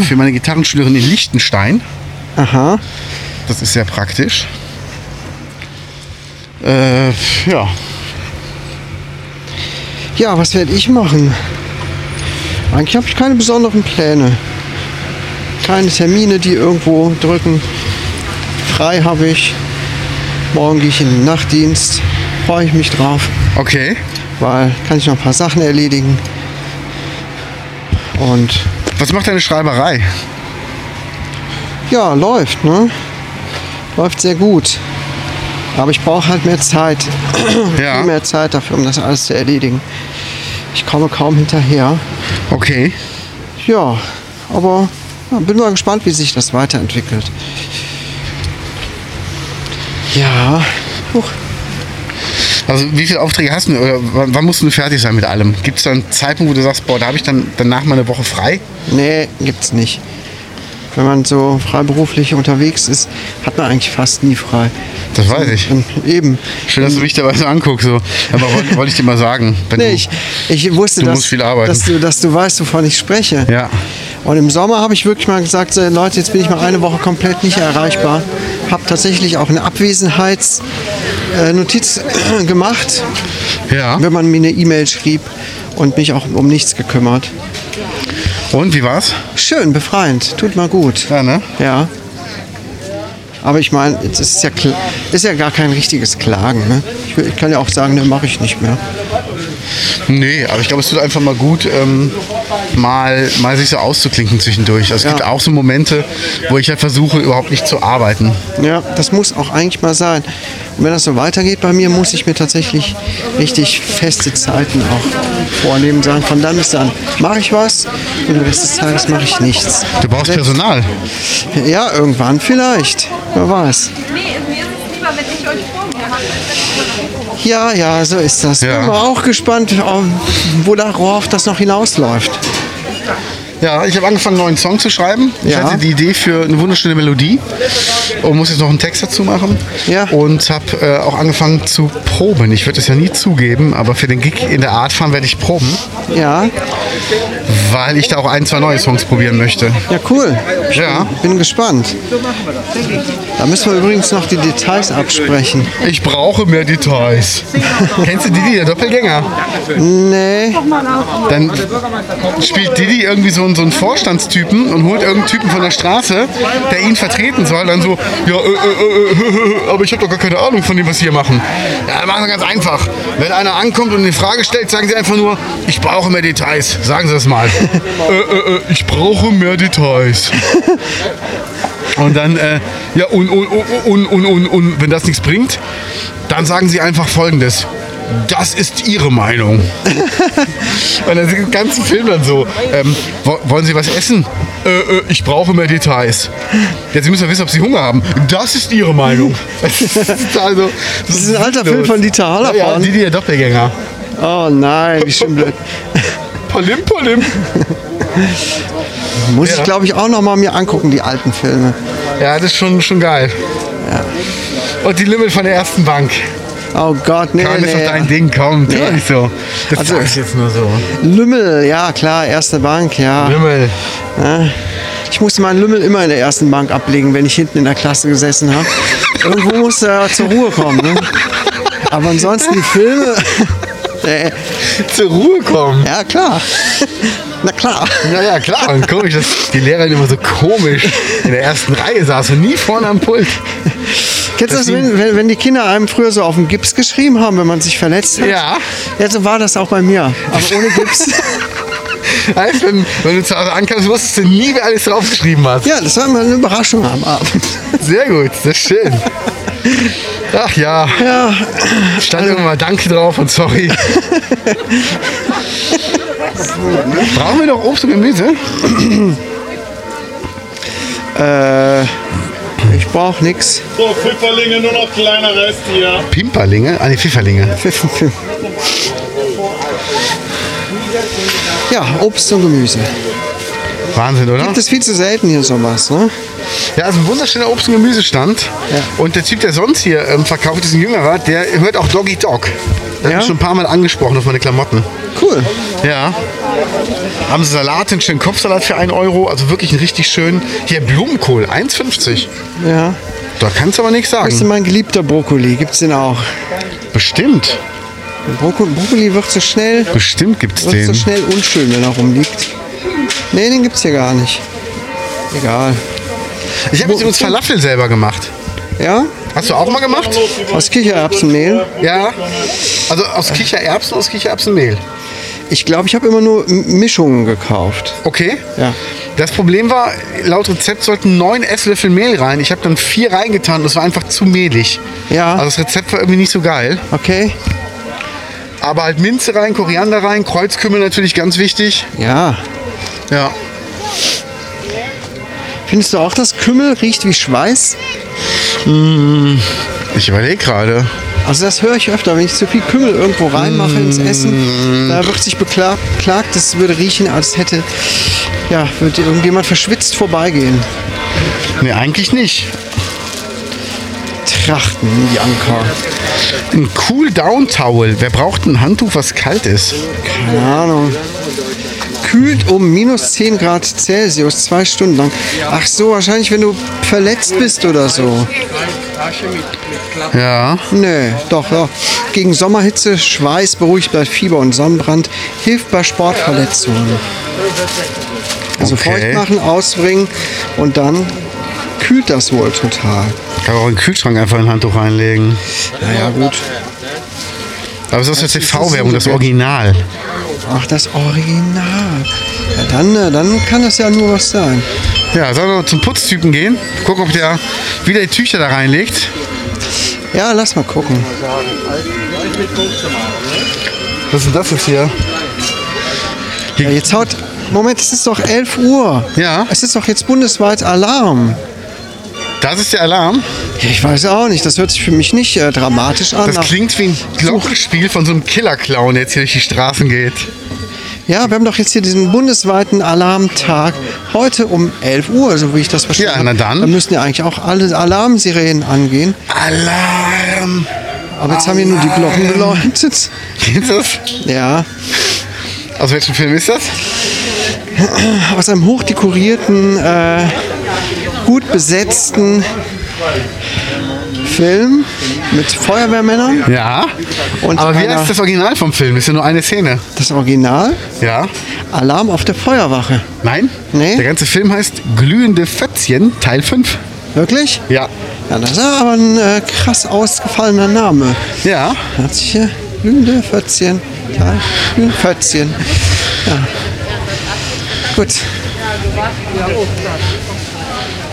Speaker 2: für meine Gitarrenschülerin in Liechtenstein.
Speaker 1: Aha.
Speaker 2: Das ist sehr praktisch. Äh, ja,
Speaker 1: Ja, was werde ich machen? Eigentlich habe ich keine besonderen Pläne. Keine Termine, die irgendwo drücken. Frei habe ich. Morgen gehe ich in den Nachtdienst. Freue ich mich drauf,
Speaker 2: okay.
Speaker 1: weil kann ich noch ein paar Sachen erledigen. Und
Speaker 2: Was macht deine Schreiberei?
Speaker 1: ja, läuft, ne? Läuft sehr gut. Aber ich brauche halt mehr Zeit.
Speaker 2: Ja.
Speaker 1: Viel mehr Zeit dafür, um das alles zu erledigen. Ich komme kaum hinterher.
Speaker 2: Okay.
Speaker 1: Ja, aber ja, bin mal gespannt, wie sich das weiterentwickelt. Ja, huch,
Speaker 2: Also wie viele Aufträge hast du? Oder wann, wann musst du denn fertig sein mit allem? Gibt es da einen Zeitpunkt, wo du sagst, boah, da habe ich dann danach mal eine Woche frei?
Speaker 1: nee, gibt's nicht. Wenn man so freiberuflich unterwegs ist, hat man eigentlich fast nie frei.
Speaker 2: Das weiß ich.
Speaker 1: Eben.
Speaker 2: Schön, dass du mich dabei so anguckst. So. Aber wollte wollte ich dir mal sagen. Wenn
Speaker 1: Nee,
Speaker 2: du-
Speaker 1: ich, ich wusste,
Speaker 2: Du
Speaker 1: dass,
Speaker 2: musst viel arbeiten.
Speaker 1: Dass, du, dass du weißt, wovon ich spreche.
Speaker 2: Ja.
Speaker 1: Und im Sommer habe ich wirklich mal gesagt, so, Leute, jetzt bin ich mal eine Woche komplett nicht erreichbar. Habe tatsächlich auch eine Abwesenheitsnotiz äh, gemacht,
Speaker 2: ja.
Speaker 1: wenn man mir eine E-Mail schrieb und mich auch um nichts gekümmert.
Speaker 2: Und wie war's?
Speaker 1: Schön, befreiend, tut mal gut.
Speaker 2: Ja, ne?
Speaker 1: Ja. Aber ich meine, es ist ja, kl- ist ja gar kein richtiges Klagen. Ne? Ich, will- ich kann ja auch sagen, ne, mache ich nicht mehr.
Speaker 2: Nee, aber ich glaube, es tut einfach mal gut, ähm, mal, mal sich so auszuklinken zwischendurch. Also es
Speaker 1: Ja.
Speaker 2: gibt auch so Momente, wo ich halt versuche, überhaupt nicht zu arbeiten.
Speaker 1: Ja, das muss auch eigentlich mal sein. Und wenn das so weitergeht bei mir, muss ich mir tatsächlich richtig feste Zeiten auch vornehmen. Sagen, von dann bis dann mache ich was und den Rest des Tages mache ich nichts.
Speaker 2: Du brauchst Personal.
Speaker 1: Ja, irgendwann vielleicht. Wer weiß.
Speaker 5: Nee, mir ist es lieber, wenn ich euch vor mir habe.
Speaker 1: Ja, ja, so ist das.
Speaker 2: Ja.
Speaker 1: Ich bin mal auch gespannt, auf- wo da- worauf das noch hinausläuft.
Speaker 2: Ja, ich habe angefangen, einen neuen Song zu schreiben. Ich
Speaker 1: Ja.
Speaker 2: hatte die Idee für eine wunderschöne Melodie und muss jetzt noch einen Text dazu machen.
Speaker 1: Ja.
Speaker 2: Und habe äh, auch angefangen zu proben. Ich würde es ja nie zugeben, aber für den Gig in der Art fahren werde ich proben,
Speaker 1: Ja,
Speaker 2: weil ich da auch ein, zwei neue Songs probieren möchte.
Speaker 1: ja, cool.
Speaker 2: Ja.
Speaker 1: Bin gespannt. Da müssen wir übrigens noch die Details absprechen.
Speaker 2: Ich brauche mehr Details. Kennst du Didi, der Doppelgänger?
Speaker 1: Nee,
Speaker 2: Dann spielt Didi irgendwie so einen, so einen Vorstandstypen und holt irgendeinen Typen von der Straße, der ihn vertreten soll. Dann so, ja, äh, äh, äh, äh, aber ich habe doch gar keine Ahnung von dem, was Sie hier machen. Ja, machen wir ganz einfach. Wenn einer ankommt und eine Frage stellt, sagen Sie einfach nur, ich brauche mehr Details. Sagen Sie das mal. äh, äh, äh, ich brauche mehr Details. Und dann, äh, ja, und, und, und, und, und, und, und, wenn das nichts bringt, Dann sagen Sie einfach Folgendes. Das ist Ihre Meinung. Und dann sind den ganzen Film dann so. Ähm, wo- wollen Sie was essen? Äh, äh, ich brauche mehr Details. Ja, Sie müssen ja wissen, ob Sie Hunger haben. Das ist Ihre Meinung. das ist also-
Speaker 1: Das ist ein alter Film von Dieter Hallervorden.
Speaker 2: Ja, ja, Didi, der Doppelgänger.
Speaker 1: Oh nein, wie schön blöd.
Speaker 2: Palim, Palim.
Speaker 1: Muss ich,
Speaker 2: Ja.
Speaker 1: glaube ich, auch noch mal mir angucken, die alten Filme.
Speaker 2: Ja, das ist schon, schon geil. Und die Limit von der ersten Bank.
Speaker 1: Oh Gott, nee,
Speaker 2: Komm, ist doch dein
Speaker 1: nee.
Speaker 2: Ding, komm, tu
Speaker 1: Nee.
Speaker 2: doch nicht so. Das
Speaker 1: Also-
Speaker 2: also, sag ich jetzt nur so.
Speaker 1: Lümmel, ja klar, erste Bank, ja.
Speaker 2: Himmel.
Speaker 1: Ja. Ah, Ich musste meinen Lümmel immer in der ersten Bank ablegen, wenn ich hinten in der Klasse gesessen habe. Irgendwo muss er zur Ruhe kommen. Ne? Aber ansonsten die Filme. nee,
Speaker 2: Zur Ruhe kommen.
Speaker 1: ja klar. Na klar.
Speaker 2: Ja, ja, klar. Und komisch, dass die Lehrerin immer so komisch in der ersten Reihe saß und nie vorne am Pult.
Speaker 1: Kennst du das, wenn, wenn, wenn die Kinder einem früher so auf den Gips geschrieben haben, wenn man sich verletzt hat?
Speaker 2: Ja.
Speaker 1: Ja, so war das auch bei mir. Aber ohne Gips.
Speaker 2: Heißt, wenn, wenn du zu Hause ankamst, wusstest du nie, wer alles draufgeschrieben hat.
Speaker 1: ja, das war immer eine Überraschung am Abend.
Speaker 2: Sehr gut, das ist schön. Ach ja,
Speaker 1: Ja,
Speaker 2: stand immer mal Danke drauf und sorry. Brauchen wir noch Obst und Gemüse?
Speaker 1: äh, ich brauch nix.
Speaker 6: So, Pfifferlinge, nur noch kleiner Rest hier.
Speaker 2: Pimperlinge? Ah, nee, Pfifferlinge.
Speaker 1: Ja, Obst und Gemüse.
Speaker 2: Wahnsinn, oder?
Speaker 1: Das ist viel zu selten hier sowas, ne?
Speaker 2: Ja, also ein wunderschöner Obst- und Gemüsestand.
Speaker 1: Ja.
Speaker 2: Und der Typ, der sonst hier ähm, verkauft, ist ein Jüngerer, der hört auch Doggy Dog. Der
Speaker 1: Ja?
Speaker 2: hat mich schon ein paar Mal angesprochen auf meine Klamotten.
Speaker 1: Cool.
Speaker 2: Ja. Haben sie Salat, einen schönen Kopfsalat für 1 Euro, also wirklich einen richtig schönen. Hier Blumenkohl, 1,50.
Speaker 1: Ja.
Speaker 2: Da kannst du aber nichts
Speaker 1: Das ist
Speaker 2: sagen.
Speaker 1: mein geliebter Brokkoli. Gibt's den auch?
Speaker 2: Bestimmt.
Speaker 1: Brokko Brokkoli wird so schnell,
Speaker 2: Bestimmt gibt's
Speaker 1: wird so
Speaker 2: den.
Speaker 1: schnell unschön, wenn er rumliegt. Nee, den gibt's hier gar nicht. Egal.
Speaker 2: Ich habe jetzt übrigens Falafel selber gemacht.
Speaker 1: Ja?
Speaker 2: Hast du auch mal gemacht?
Speaker 1: Aus Kichererbsenmehl.
Speaker 2: Ja. Also aus Kichererbsen, aus Kichererbsenmehl.
Speaker 1: Ich glaube, ich habe immer nur M- Mischungen gekauft.
Speaker 2: Okay.
Speaker 1: Ja.
Speaker 2: Das Problem war, laut Rezept sollten neun Esslöffel Mehl rein. Ich habe dann vier reingetan und es war einfach zu mehlig.
Speaker 1: Ja.
Speaker 2: Also das Rezept war irgendwie nicht so geil.
Speaker 1: Okay?
Speaker 2: Aber halt Minze rein, Koriander rein, Kreuzkümmel natürlich ganz wichtig.
Speaker 1: Ja.
Speaker 2: Ja.
Speaker 1: Findest du auch, dass Kümmel riecht wie Schweiß?
Speaker 2: Ich überlege gerade.
Speaker 1: Also das höre ich öfter, wenn ich zu viel Kümmel irgendwo reinmache ins Essen, da wird sich beklagt, klagt, es würde riechen, als hätte, ja, würde irgendjemand verschwitzt vorbeigehen.
Speaker 2: Nee, eigentlich nicht.
Speaker 1: Trachten, die Anker.
Speaker 2: Ein Cool Down Towel. Wer braucht ein Handtuch, was kalt ist?
Speaker 1: Keine Ahnung. Kühlt um minus 10 Grad Celsius zwei Stunden lang. Ach so, wahrscheinlich, wenn du verletzt bist oder so.
Speaker 2: Ja.
Speaker 1: Nö, doch, doch. Gegen Sommerhitze, Schweiß beruhigt bei Fieber und Sonnenbrand, hilft bei Sportverletzungen. Also
Speaker 2: Okay.
Speaker 1: feucht machen, ausbringen und dann kühlt das wohl total.
Speaker 2: Kann auch in den Kühlschrank einfach ein Handtuch reinlegen.
Speaker 1: Naja, gut.
Speaker 2: Aber es ist aus der TV-Werbung, das Original.
Speaker 1: Ach, das Original. Ja, dann, äh, dann kann das ja nur was sein.
Speaker 2: Ja, sollen wir zum Putztypen gehen? Gucken, ob der wieder die Tücher da reinlegt.
Speaker 1: Ja, lass mal gucken.
Speaker 2: Was ist denn das jetzt hier?
Speaker 1: Ja, jetzt haut. Moment, es ist doch 11 Uhr.
Speaker 2: Ja.
Speaker 1: Es ist doch jetzt bundesweit Alarm.
Speaker 2: Das ist der Alarm.
Speaker 1: Ja, ich weiß auch nicht. Das hört sich für mich nicht äh, dramatisch an.
Speaker 2: Das
Speaker 1: aber-
Speaker 2: klingt wie ein Glockenspiel von so einem Killer-Clown, der jetzt hier durch die Straßen geht.
Speaker 1: Ja, wir haben doch jetzt hier diesen bundesweiten Alarmtag heute um 11 Uhr, so wie ich das verstanden
Speaker 2: Ja,
Speaker 1: habe.
Speaker 2: na dann.
Speaker 1: Da müssen ja eigentlich auch alle Alarmsirenen angehen.
Speaker 2: Alarm!
Speaker 1: Aber jetzt haben wir nur die Glocken geläutet.
Speaker 2: Kennst du das?
Speaker 1: Ja,
Speaker 2: Aus welchem Film ist das?
Speaker 1: aus einem hochdekorierten, äh, gut besetzten Film mit Feuerwehrmännern.
Speaker 2: Ja.
Speaker 1: Und
Speaker 2: Aber wie
Speaker 1: einer-
Speaker 2: heißt das Original vom Film? Ist ja nur eine Szene.
Speaker 1: Das Original?
Speaker 2: Ja?
Speaker 1: Alarm auf der Feuerwache.
Speaker 2: Nein?
Speaker 1: Nee.
Speaker 2: Der ganze Film heißt Glühende Fötzchen, Teil 5.
Speaker 1: Wirklich?
Speaker 2: Ja.
Speaker 1: Ja, das ist aber ein äh, krass ausgefallener Name.
Speaker 2: Ja.
Speaker 1: Hat sich hier Lünde 14. Hm, ne, Ja, hm, Lünde 14. Ja. Gut.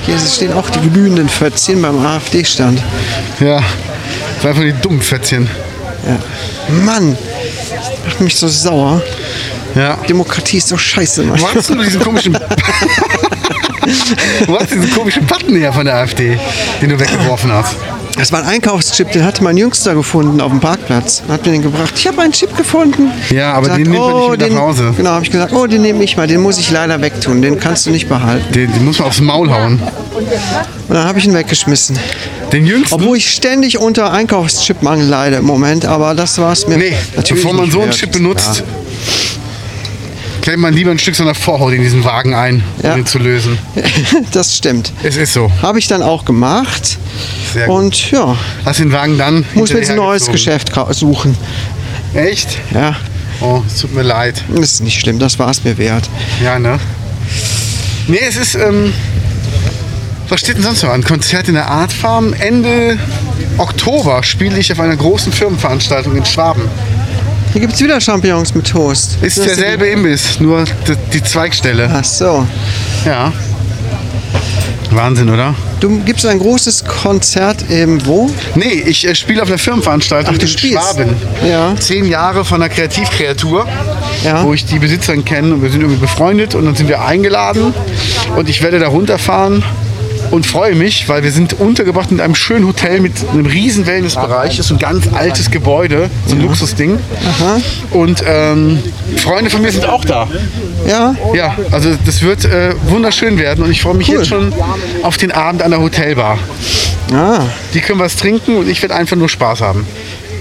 Speaker 1: Hier stehen auch die glühenden Fötzchen beim AfD-Stand.
Speaker 2: Ja, das sind einfach die dummen Fätzchen.
Speaker 1: Ja. Mann, macht mich so sauer.
Speaker 2: Ja.
Speaker 1: Demokratie ist so scheiße, Mann.
Speaker 2: Wo hast du diesen komischen. Wo hast du diesen komischen Button her von der AfD, den du weggeworfen hast?
Speaker 1: Das war ein Einkaufschip, den hatte mein Jüngster gefunden auf dem Parkplatz. Hat mir den gebracht. Ich habe einen Chip gefunden. oh,
Speaker 2: Ja, aber den nimmt man nicht mit nach
Speaker 1: den,
Speaker 2: Hause.
Speaker 1: Genau, habe ich gesagt, oh, den nehme ich mal, den muss ich leider wegtun, den kannst du nicht behalten.
Speaker 2: Den, den muss man aufs Maul hauen.
Speaker 1: Und dann habe ich ihn weggeschmissen.
Speaker 2: Den jüngsten.
Speaker 1: Obwohl ich ständig unter Einkaufschipmangel leide im Moment, aber das war es mir.
Speaker 2: nee,
Speaker 1: natürlich
Speaker 2: bevor man
Speaker 1: nicht
Speaker 2: so einen
Speaker 1: wert.
Speaker 2: Chip benutzt, klemmt man lieber ein Stück seiner Vorhaut in diesen Wagen ein,
Speaker 1: Ja.
Speaker 2: um ihn zu lösen.
Speaker 1: Ja. das stimmt.
Speaker 2: Es ist so.
Speaker 1: Habe ich dann auch gemacht.
Speaker 2: Sehr gut.
Speaker 1: Und ja,
Speaker 2: Hast den Wagen dann.
Speaker 1: muss mir jetzt ein neues
Speaker 2: hinterhergezogen.
Speaker 1: Geschäft ka- suchen.
Speaker 2: Echt?
Speaker 1: Ja,
Speaker 2: Oh, es tut mir leid.
Speaker 1: ist nicht schlimm, das war es mir wert.
Speaker 2: Ja, ne? Nee, es ist, ähm, was steht denn sonst noch an? Konzert in der Art Farm. Ende Oktober spiele ich auf einer großen Firmenveranstaltung in Schwaben.
Speaker 1: Hier gibt es wieder Champignons mit Toast.
Speaker 2: Ist
Speaker 1: Das
Speaker 2: derselbe Imbiss, nur d- die Zweigstelle.
Speaker 1: Ach so.
Speaker 2: Ja. Wahnsinn, oder?
Speaker 1: Du gibst ein großes Konzert im wo?
Speaker 2: Nee, ich äh, spiele auf einer Firmenveranstaltung
Speaker 1: Ach, du
Speaker 2: in
Speaker 1: spielst.
Speaker 2: Schwaben.
Speaker 1: Ja.
Speaker 2: Zehn Jahre von einer Kreativkreatur,
Speaker 1: Ja.
Speaker 2: wo ich die Besitzerin kenne und wir sind irgendwie befreundet und dann sind wir eingeladen und ich werde da runterfahren und freue mich, weil wir sind untergebracht in einem schönen Hotel mit einem riesen Wellnessbereich. Das ist ein ganz altes Gebäude, so
Speaker 1: Mhm.
Speaker 2: ein Luxusding. Und ähm, Freunde von mir sind auch da.
Speaker 1: Ja.
Speaker 2: Ja, also das wird äh, wunderschön werden und ich freue mich jetzt schon auf den Abend an der Hotelbar.
Speaker 1: Ah,
Speaker 2: Die können was trinken und ich werde einfach nur Spaß haben.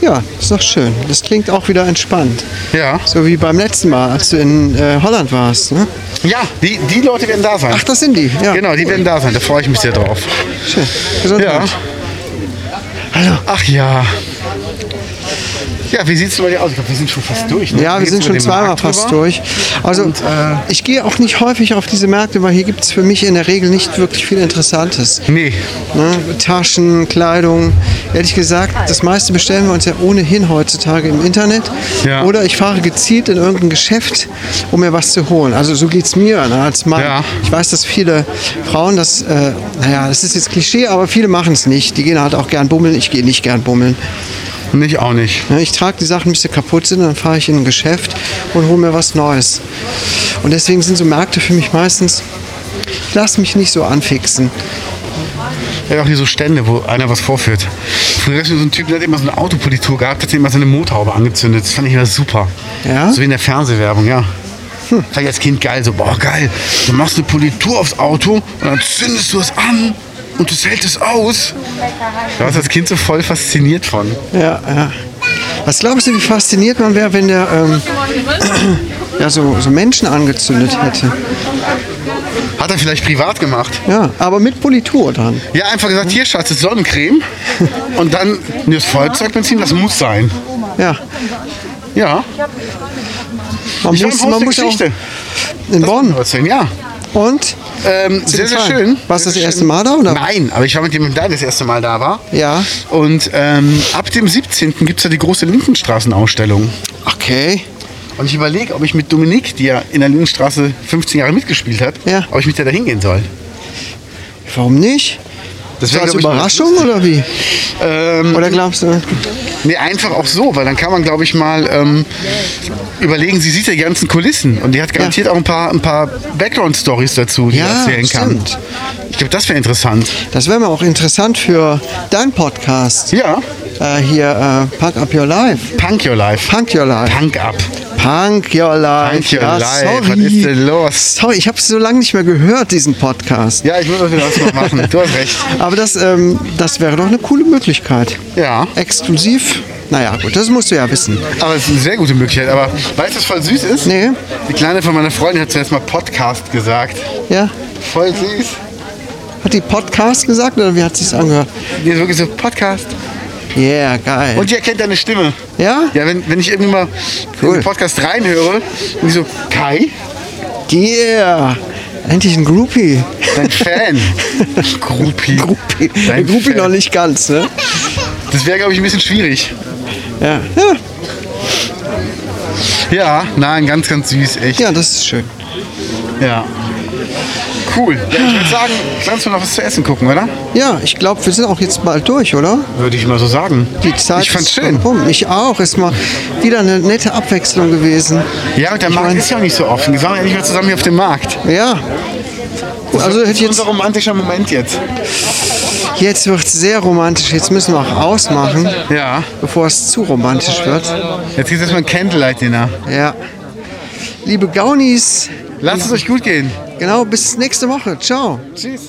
Speaker 1: ja, ist doch schön. Das klingt auch wieder entspannt.
Speaker 2: Ja.
Speaker 1: So wie beim letzten Mal, als du in äh, Holland warst. Ne?
Speaker 2: Ja, die, die Leute werden da sein.
Speaker 1: Ach, das sind die. Ja.
Speaker 2: Genau, die werden da sein. Da freue ich mich sehr drauf.
Speaker 1: Schön. Gesundheit.
Speaker 2: Ja. Ach ja. Ja, wie sieht es bei dir aus? Ich glaube, wir sind schon fast durch. Ne?
Speaker 1: Ähm, Ja, wir
Speaker 2: Geht's
Speaker 1: sind
Speaker 2: über
Speaker 1: schon
Speaker 2: den
Speaker 1: zweimal
Speaker 2: Markt
Speaker 1: fast
Speaker 2: rüber?
Speaker 1: durch. Also
Speaker 2: Und, äh,
Speaker 1: ich gehe auch nicht häufig auf diese Märkte, weil hier gibt es für mich in der Regel nicht wirklich viel Interessantes.
Speaker 2: Nee.
Speaker 1: Ne? Taschen, Kleidung. Ehrlich gesagt, das meiste bestellen wir uns ja ohnehin heutzutage im Internet.
Speaker 2: Ja.
Speaker 1: Oder ich fahre gezielt in irgendein Geschäft, um mir was zu holen. Also so geht es mir ne, als Mann.
Speaker 2: Ja.
Speaker 1: Ich weiß, dass viele Frauen das, äh, naja, das ist jetzt Klischee, aber viele machen es nicht. Die gehen halt auch gern bummeln. Ich gehe nicht gern bummeln.
Speaker 2: Nicht auch nicht.
Speaker 1: Ne, Ich trage die Sachen, bis sie kaputt sind, dann fahre ich in ein Geschäft und hole mir was Neues. Und deswegen sind so Märkte für mich meistens, ich lass mich nicht so anfixen.
Speaker 2: Ja, auch hier so Stände, wo einer was vorführt. Von der so ein Typ, der hat immer so eine Autopolitur gehabt, hat immer seine Motorhaube angezündet. Das fand ich immer super.
Speaker 1: Ja? Hm.
Speaker 2: So wie in der Fernsehwerbung, ja. Fand ich als Kind geil, so, boah, geil. Du machst eine Politur aufs Auto und dann zündest du es an und du hältst es aus. Da warst du als Kind so voll fasziniert von.
Speaker 1: Ja, ja. Was glaubst du, wie fasziniert man wäre, wenn der ähm, ja, so, so Menschen angezündet hätte?
Speaker 2: Hat er vielleicht privat gemacht.
Speaker 1: Ja, aber mit Politur dran.
Speaker 2: Ja, einfach gesagt, hier, Schatz, ist Sonnencreme. Und dann, nee, das Vollzeugbenzin, das muss sein.
Speaker 1: Ja,
Speaker 2: Ja,
Speaker 1: man
Speaker 2: ich habe
Speaker 1: muss,
Speaker 2: im Haus
Speaker 1: man
Speaker 2: eine
Speaker 1: muss auch
Speaker 2: Geschichte.
Speaker 1: in Bonn.
Speaker 2: 19, ja.
Speaker 1: Und?
Speaker 2: Ähm, sehr, sehr
Speaker 1: gefallen?
Speaker 2: schön.
Speaker 1: Warst du
Speaker 2: Sehr,
Speaker 1: das erste
Speaker 2: sehr schön.
Speaker 1: Mal da, oder?
Speaker 2: Nein, aber ich war mit jemandem da, der das erste Mal da war.
Speaker 1: Ja.
Speaker 2: Und ähm, ab dem 17. gibt es ja die große Lindenstraßenausstellung.
Speaker 1: Okay.
Speaker 2: Und ich überlege, ob ich mit Dominik, die ja in der Lindenstraße 15 Jahre mitgespielt hat,
Speaker 1: Ja.
Speaker 2: ob ich mit der da hingehen soll.
Speaker 1: Warum nicht?
Speaker 2: Das
Speaker 1: Ist
Speaker 2: wär,
Speaker 1: das als
Speaker 2: glaub ich, mal
Speaker 1: Überraschung
Speaker 2: lustig.
Speaker 1: oder wie?
Speaker 2: Ähm,
Speaker 1: Oder glaubst du?
Speaker 2: Nee, einfach auch so, weil dann kann man, glaube ich, mal ähm, überlegen, sie sieht ja die ganzen Kulissen und die hat garantiert auch ein paar, ein paar Background-Stories dazu, die
Speaker 1: Ja,
Speaker 2: sie erzählen kann.
Speaker 1: stimmt.
Speaker 2: Ich glaube, das wäre interessant.
Speaker 1: Das wäre mir auch interessant für deinen Podcast.
Speaker 2: Ja,
Speaker 1: Äh, hier, äh, Punk Up Your Life.
Speaker 2: Punk Your Life.
Speaker 1: Punk Your Life.
Speaker 2: Punk up.
Speaker 1: Punk Your Life.
Speaker 2: Punk Your
Speaker 1: ja,
Speaker 2: Life.
Speaker 1: Sorry.
Speaker 2: Was ist denn los?
Speaker 1: Sorry, ich habe so lange nicht mehr gehört, diesen Podcast.
Speaker 2: Ja, ich muss das wieder was noch machen. Du hast recht.
Speaker 1: Aber das, ähm, das wäre doch eine coole Möglichkeit.
Speaker 2: Ja.
Speaker 1: Exklusiv? Naja, gut, das musst du ja wissen.
Speaker 2: Aber es ist eine sehr gute Möglichkeit. Aber weißt du, was voll süß ist?
Speaker 1: Nee?
Speaker 2: Die Kleine von meiner Freundin hat zuerst mal Podcast gesagt.
Speaker 1: Ja?
Speaker 2: Voll süß.
Speaker 1: Hat die Podcast gesagt oder wie hat sie es angehört?
Speaker 2: Die ist wirklich so, Podcast.
Speaker 1: Yeah, geil.
Speaker 2: Und die erkennt deine Stimme.
Speaker 1: ja?
Speaker 2: Ja, wenn, wenn ich irgendwie mal in
Speaker 1: Cool.
Speaker 2: den Podcast reinhöre und ich so, Kai,
Speaker 1: Yeah. Endlich ein Groupie.
Speaker 2: dein Fan. Groupie.
Speaker 1: Groupie.
Speaker 2: Dein
Speaker 1: Ein Groupie
Speaker 2: Fan.
Speaker 1: noch nicht ganz, ne?
Speaker 2: Das wäre, glaube ich, ein bisschen schwierig.
Speaker 1: Ja. ja.
Speaker 2: Ja, nein, ganz, ganz süß, echt.
Speaker 1: Ja, das ist schön.
Speaker 2: Ja. Cool. Ja, ich würde sagen, lass uns mal noch was zu essen gucken, oder?
Speaker 1: Ja, ich glaube, wir sind auch jetzt bald durch, oder?
Speaker 2: Würde ich mal so sagen.
Speaker 1: Die Zeit
Speaker 2: ich fand's
Speaker 1: ist um.
Speaker 2: schön.
Speaker 1: rum. Ich auch. Ist mal wieder eine nette Abwechslung gewesen.
Speaker 2: Ja, und der
Speaker 1: Ich
Speaker 2: Markt
Speaker 1: mein-
Speaker 2: ist ja auch nicht so offen. Wir waren ja nicht mehr zusammen hier auf dem Markt.
Speaker 1: Ja. Also
Speaker 2: Das ist
Speaker 1: jetzt,
Speaker 2: unser romantischer Moment jetzt.
Speaker 1: jetzt wird es sehr romantisch. Jetzt müssen wir auch ausmachen,
Speaker 2: Ja.
Speaker 1: bevor es zu romantisch wird.
Speaker 2: Jetzt gibt es erstmal ein Candlelight-Dinner.
Speaker 1: Ja. Liebe Gaunis,
Speaker 2: Lasst es euch gut gehen.
Speaker 1: genau, bis nächste Woche. Ciao.
Speaker 2: Tschüss.